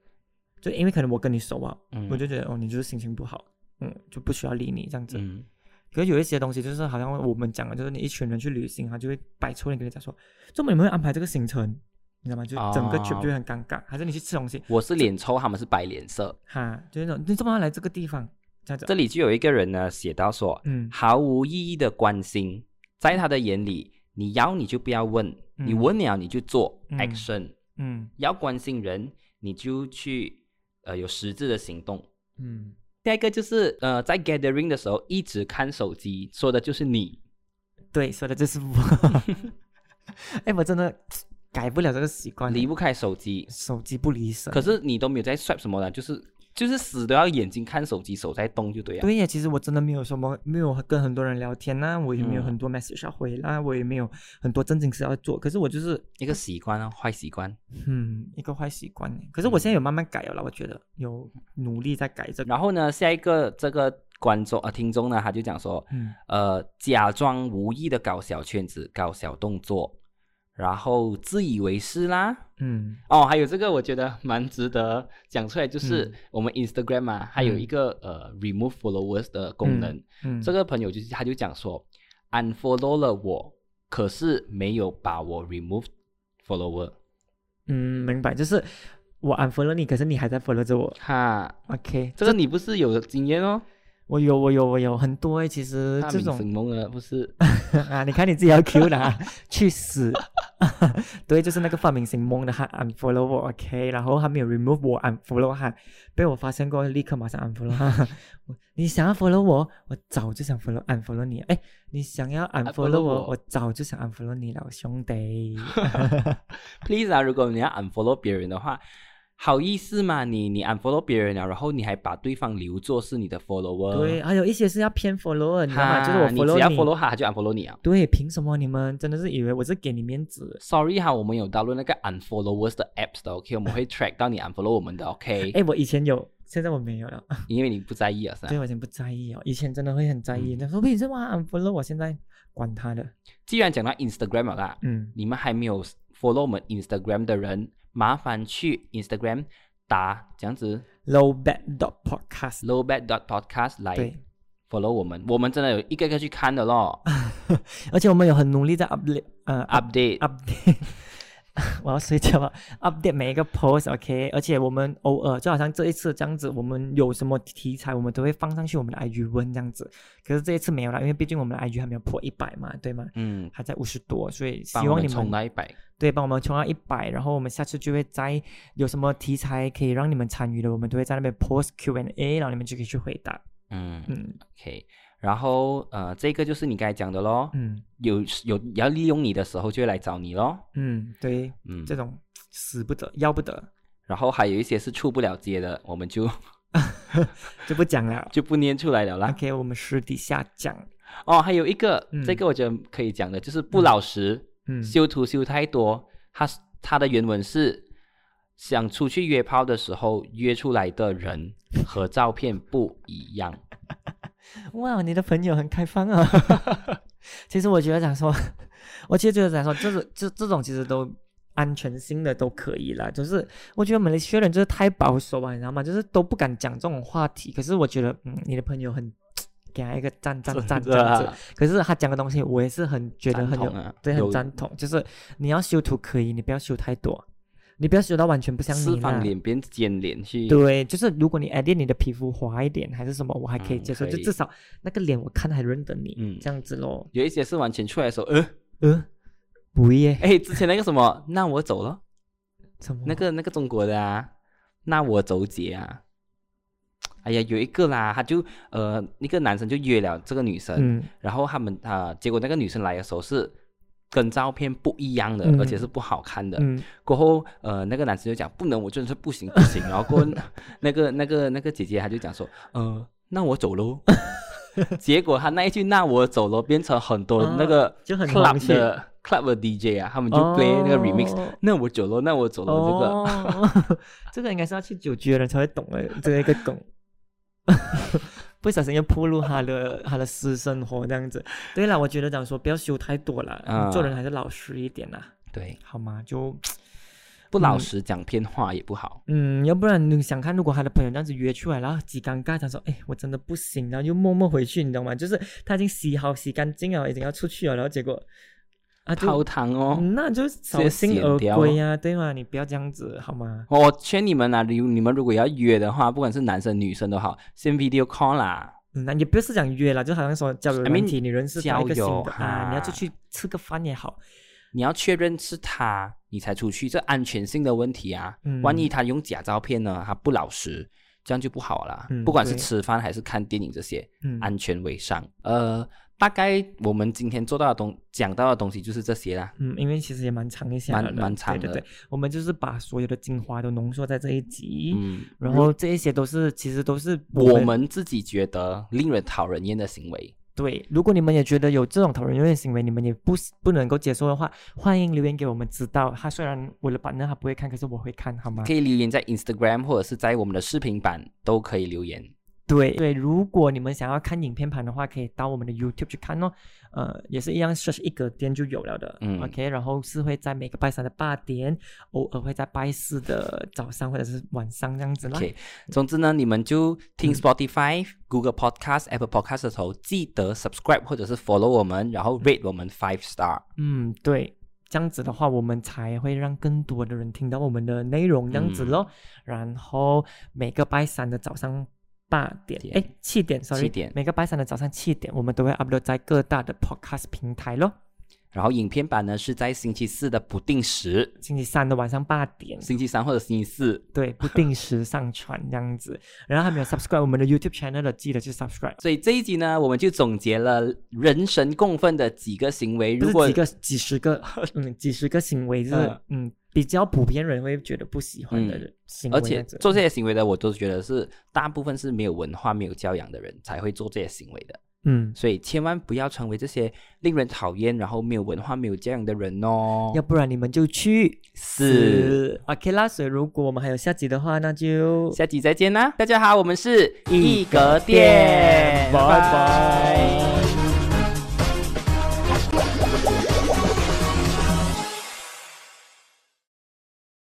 S3: 就因为可能我跟你熟啊，
S2: 嗯
S3: 我就觉得哦，你就是心情不好，嗯，就不需要理你这样子。
S2: 嗯，
S3: 可是有一些东西就是好像我们讲的，就是你一群人去旅行，他就会摆臭脸跟你讲说，怎么你们会安排这个行程，你知道吗？就整个
S2: 哦
S3: trip 就会很尴尬。还是你去吃东西，
S2: 我是脸臭，他们是摆脸色。
S3: 哈，就是那种你怎么要来这个地方这样子？
S2: 这里就有一个人呢写到说，
S3: 嗯
S2: 毫无意义的关心，在他的眼里，你要你就不要问，
S3: 嗯
S2: 你问了你就做、
S3: 嗯
S2: action，
S3: 嗯
S2: 要关心人你就去呃有实质的行动。 (laughs)
S3: 嗯，
S2: 下一个就是呃在 gathering 的时候一直看手机，说的就是你。
S3: 对，说的就是我。哎，我真的改不了这个习惯，
S2: 离不开手机，
S3: 手机不离身。
S2: 可是你都没有在 swipe 什么的，就是就是死都要眼睛看手机，手在动就对了。
S3: 对呀，其实我真的没有什么，没有跟很多人聊天呐、我也没有
S2: 嗯
S3: 很多 message 要回啦，我也没有很多正经事要做。可是我就是，
S2: 一个习惯啊，坏习惯。
S3: 嗯，一个坏习惯耶。可是我现在有慢慢改了啦，我觉得有努力在改这个。
S2: 然后呢，下一个这个观众呃听众呢，他就讲说，
S3: 嗯，
S2: 呃，假装无意的搞小圈子、搞小动作，然后自以为是啦。
S3: 嗯
S2: 哦，还有这个我觉得蛮值得讲出来，就是
S3: 嗯
S2: 我们 Instagram 啊，还有一个、呃 remove followers 的功能。
S3: 嗯，
S2: 这个朋友就是他就讲说，unfollow 了我，可是没有把我 remove follower。
S3: 嗯明白，就是我 unfollow 你，可是你还在 follow 着我。
S2: 哈，
S3: OK，
S2: 这个你不是有经验哦？
S3: 我有我有我有很多诶，欸其实
S2: 大
S3: 这
S2: 明
S3: 种
S2: 星梦了不是？
S3: (laughs) 啊，你看你自己要 Q 啦， (laughs) 去死！对，就是那个发明型蒙的，他 unfollow 我，OK，然后他没有 remove 我 unfollow 他，被我发现过，立刻马上 unfollow 他。我 (laughs) 你想要 follow 我，我早就想 follow unfollow 你了。哎，你想要 unfollow 我，
S2: 我
S3: 我早就想 unfollow 你了，兄
S2: (laughs)
S3: 弟。
S2: Please 啊，如果你要 unfollow 别人的话，好意思嘛？你你 unfollow 别人了，然后你还把对方留作是你的 follower，
S3: 对，还有一些是要偏 follow，你知道
S2: 哈，
S3: 吗？就是我
S2: 你只要
S3: follow
S2: follow
S3: 你。
S2: 他，他就 unfollow 你啊。
S3: 对，凭什么你们真的是以为我是给你面子？
S2: Sorry 哈，我们有导入那个 unfollowers 的 apps 的，OK，我们会
S3: (laughs)
S2: track 到你 unfollow 我们的，OK，
S3: 哎，我以前有，现在我没有了。
S2: 因为你不在意啊，是吧
S3: 对？我以前不在意哦，以前真的会很在
S2: 嗯
S3: 意。他说为什么 unfollow 我？现在管他的，
S2: 既然讲到 Instagram 了啦，
S3: 嗯，
S2: 你们还没有 follow 我们 Instagram 的人，麻烦去 Instagram 打这样子
S3: low bad dot podcast，
S2: low bad dot podcast 来
S3: 对，
S2: follow 我们，我们真的有一个一个去看的
S3: (laughs)
S2: 咯。
S3: 而且我们有很努力在 update，呃
S2: Update，
S3: update，我要睡觉了，update 每一个 post，OK，、而且我们偶尔就好像这一次这样子，我们有什么题材，我们都会放上去我们的 IG 问这样子。可是这一次没有啦，因为毕竟我们的 IG 还没有破一百嘛，对吗？
S2: 嗯，
S3: 还在五十多，所以希
S2: 帮我
S3: 望
S2: 们
S3: 你们
S2: 冲到一百。
S3: 对，帮我们冲到一百，然后我们下次就会在有什么题材可以让你们参与的，我们都会在那边 post Q&A，然后你们就可以去回答。
S2: 嗯
S3: 嗯
S2: ，OK。然后呃，这个就是你刚才讲的咯，
S3: 嗯
S2: 有有要利用你的时候就会来找你咯，
S3: 嗯，对，
S2: 嗯，
S3: 这种死不得，要不得，
S2: 然后还有一些是出不了街的，我们就。
S3: 就不讲了
S2: 就不念出来了啦。
S3: OK，我们私底下讲。
S2: 哦，还有一个，
S3: 嗯
S2: 这个我觉得可以讲的，就是不老实，
S3: 嗯
S2: 修图修太多。他他的原文是想出去约炮的时候约出来的人和照片不一样。
S3: 哇，你的朋友很开放
S2: (laughs)
S3: 啊。其实我觉得讲说， (laughs) 我其实觉得讲说，这种这这种其实都安全性的都可以啦。就是我觉得马来西亚人就是太保守啊，你知道吗？就是都不敢讲这种话题。可是我觉得，嗯，你的朋友很给他一个赞赞赞这
S2: 真的
S3: 样
S2: 啊
S3: 子。可是他讲的东西，我也是很觉得
S2: 赞
S3: 很有
S2: 同啊
S3: 对，
S2: 有
S3: 很赞同。就是你要修图可以，你不要修太多，你不要修到完全不像
S2: 四
S3: 你啦
S2: 方。脸变尖脸去，
S3: 对，就是如果你 edit 你的皮肤滑一点还是什么，我还可以
S2: 嗯
S3: 接受，
S2: 可
S3: 就
S2: 以
S3: 至少那个脸我看还认得你，
S2: 嗯
S3: 这样子咯。
S2: 有一些是完全出来的时候，呃，
S3: 呃，不耶，
S2: 哎，之前那个什么，那我走了，
S3: 怎么
S2: 那个那个中国的啊，那我走姐啊。哎呀，有一个啦，他就呃，一个男生就约了这个女生，
S3: 嗯
S2: 然后他们啊、结果那个女生来的时候是跟照片不一样的，
S3: 嗯
S2: 而且是不好看的。
S3: 嗯
S2: 过后，呃，那个男生就讲不能，我真的是不行不行。然后 (laughs) 过后那个那个那个姐姐她就讲说，呃，那我走
S3: (laughs)
S2: 喽。结果他那一句“那我走喽”变成很多
S3: 哦
S2: 那个
S3: 就很红
S2: club
S3: 去
S2: 的、club 的 DJ 啊，他们就 play 那个 remix，、
S3: 哦
S2: 那我走喽，那我走喽，这个、
S3: 哦， (laughs) 这个应该是要去酒局的人才会懂的这个梗。 (laughs) 不小心又暴露他的他的私生活这样子。对了，我觉得讲说不要修太多了，
S2: 啊
S3: 你做人还是老实一点啦，
S2: 对，
S3: 好吗？就
S2: 不老实讲偏话也不好。
S3: 嗯，要不然你想看，如果他的朋友这样子约出来，然后几尴尬，他说：“哎，我真的不行。”然后就默默回去，你懂吗？就是他已经洗好、洗干净了，已经要出去了，然后结果啊，
S2: 泡
S3: 就、
S2: 汤哦，
S3: 嗯那就
S2: 直
S3: 扫
S2: 接
S3: 兴
S2: 剪
S3: 而
S2: 掉哦
S3: 归呀、对吗？你不要这样子好吗？
S2: 我劝你们啊，你你们如果要约的话，不管是男生女生都好，先 video call 啦。
S3: 嗯，那也不是讲约了，就好像说交流
S2: I mean，
S3: 问题，你认识到一个
S2: 交
S3: 新
S2: 友
S3: 的啊，你要出
S2: 哈
S3: 去吃个饭也好，
S2: 你要确认是他，你才出去，这安全性的问题啊。
S3: 嗯
S2: 万一他用假照片呢，他不老实，这样就不好啦。
S3: 嗯
S2: 不管是
S3: 对
S2: 吃饭还是看电影这些，
S3: 嗯，
S2: 安全为上。呃，大概我们今天做到的东讲到的东西就是这些啦。
S3: 嗯，因为其实也蛮长一下
S2: 蛮
S3: 了的
S2: 蛮长
S3: 对对
S2: 的
S3: 对，我们就是把所有的精华都浓缩在这一集，
S2: 嗯，
S3: 然后这一些都是其实都是
S2: 我们自己觉得令人讨人厌的行为，
S3: 对，如果你们也觉得有这种讨人厌的行为，你们也不是不能够接受的话，欢迎留言给我们知道。他虽然我的版呢他不会看，可是我会看，好吗
S2: 可？以留言在 Instagram 或者是在我们的视频版都可以留言。
S3: 对对，如果你们想要看影片版的话，可以到我们的 YouTube 去看哦。呃，也是一样，search 一格店就有了的。
S2: 嗯
S3: OK，然后是会在每个拜三的八点，偶尔会在拜四的早上或者是晚上这样子啦。
S2: OK，总之呢，你们就
S3: 嗯
S2: 听 Spotify、Google Podcast、Apple Podcast 的时候，记得 subscribe 或者是 follow 我们，然后 rate 我们 five star。
S3: 嗯，对，这样子的话，我们才会让更多的人听到我们的内容，这样
S2: 嗯
S3: 子咯。然后每个拜三的早上八点，
S2: 点
S3: 哎，七点，sorry，
S2: 点
S3: 每个拜三的早上七点，我们都会 upload 在各大的 podcast 平台咯。
S2: 然后影片版呢是在星期四的不定时，
S3: 星期三的晚上八点，
S2: 星期三或者星期四。
S3: 对，不定时上传这样子。然后还没有 subscribe 我们的 YouTube channel 的，记得去 subscribe。
S2: 所以这一集呢，我们就总结了人神共愤的几个行为。
S3: 不
S2: 如
S3: 是
S2: 果
S3: 几个几十个， (laughs) 嗯，几十个行为就是
S2: 嗯，
S3: 嗯，比较普遍人会觉得不喜欢的
S2: 嗯
S3: 行为
S2: 而
S3: 这
S2: 且
S3: 样子，
S2: 做这些行为的，我都觉得是大部分是没有文化、没有教养的人才会做这些行为的。
S3: 嗯，
S2: 所以千万不要成为这些令人讨厌、然后没有文化、没有教养的人哦。
S3: 要不然你们就去
S2: 是。
S3: OK 啦，所以啊如果我们还有下集的话，那就
S2: 下集再见啦！大家好，我们是
S3: 一
S2: 一格
S3: 店
S2: 店，
S3: 拜拜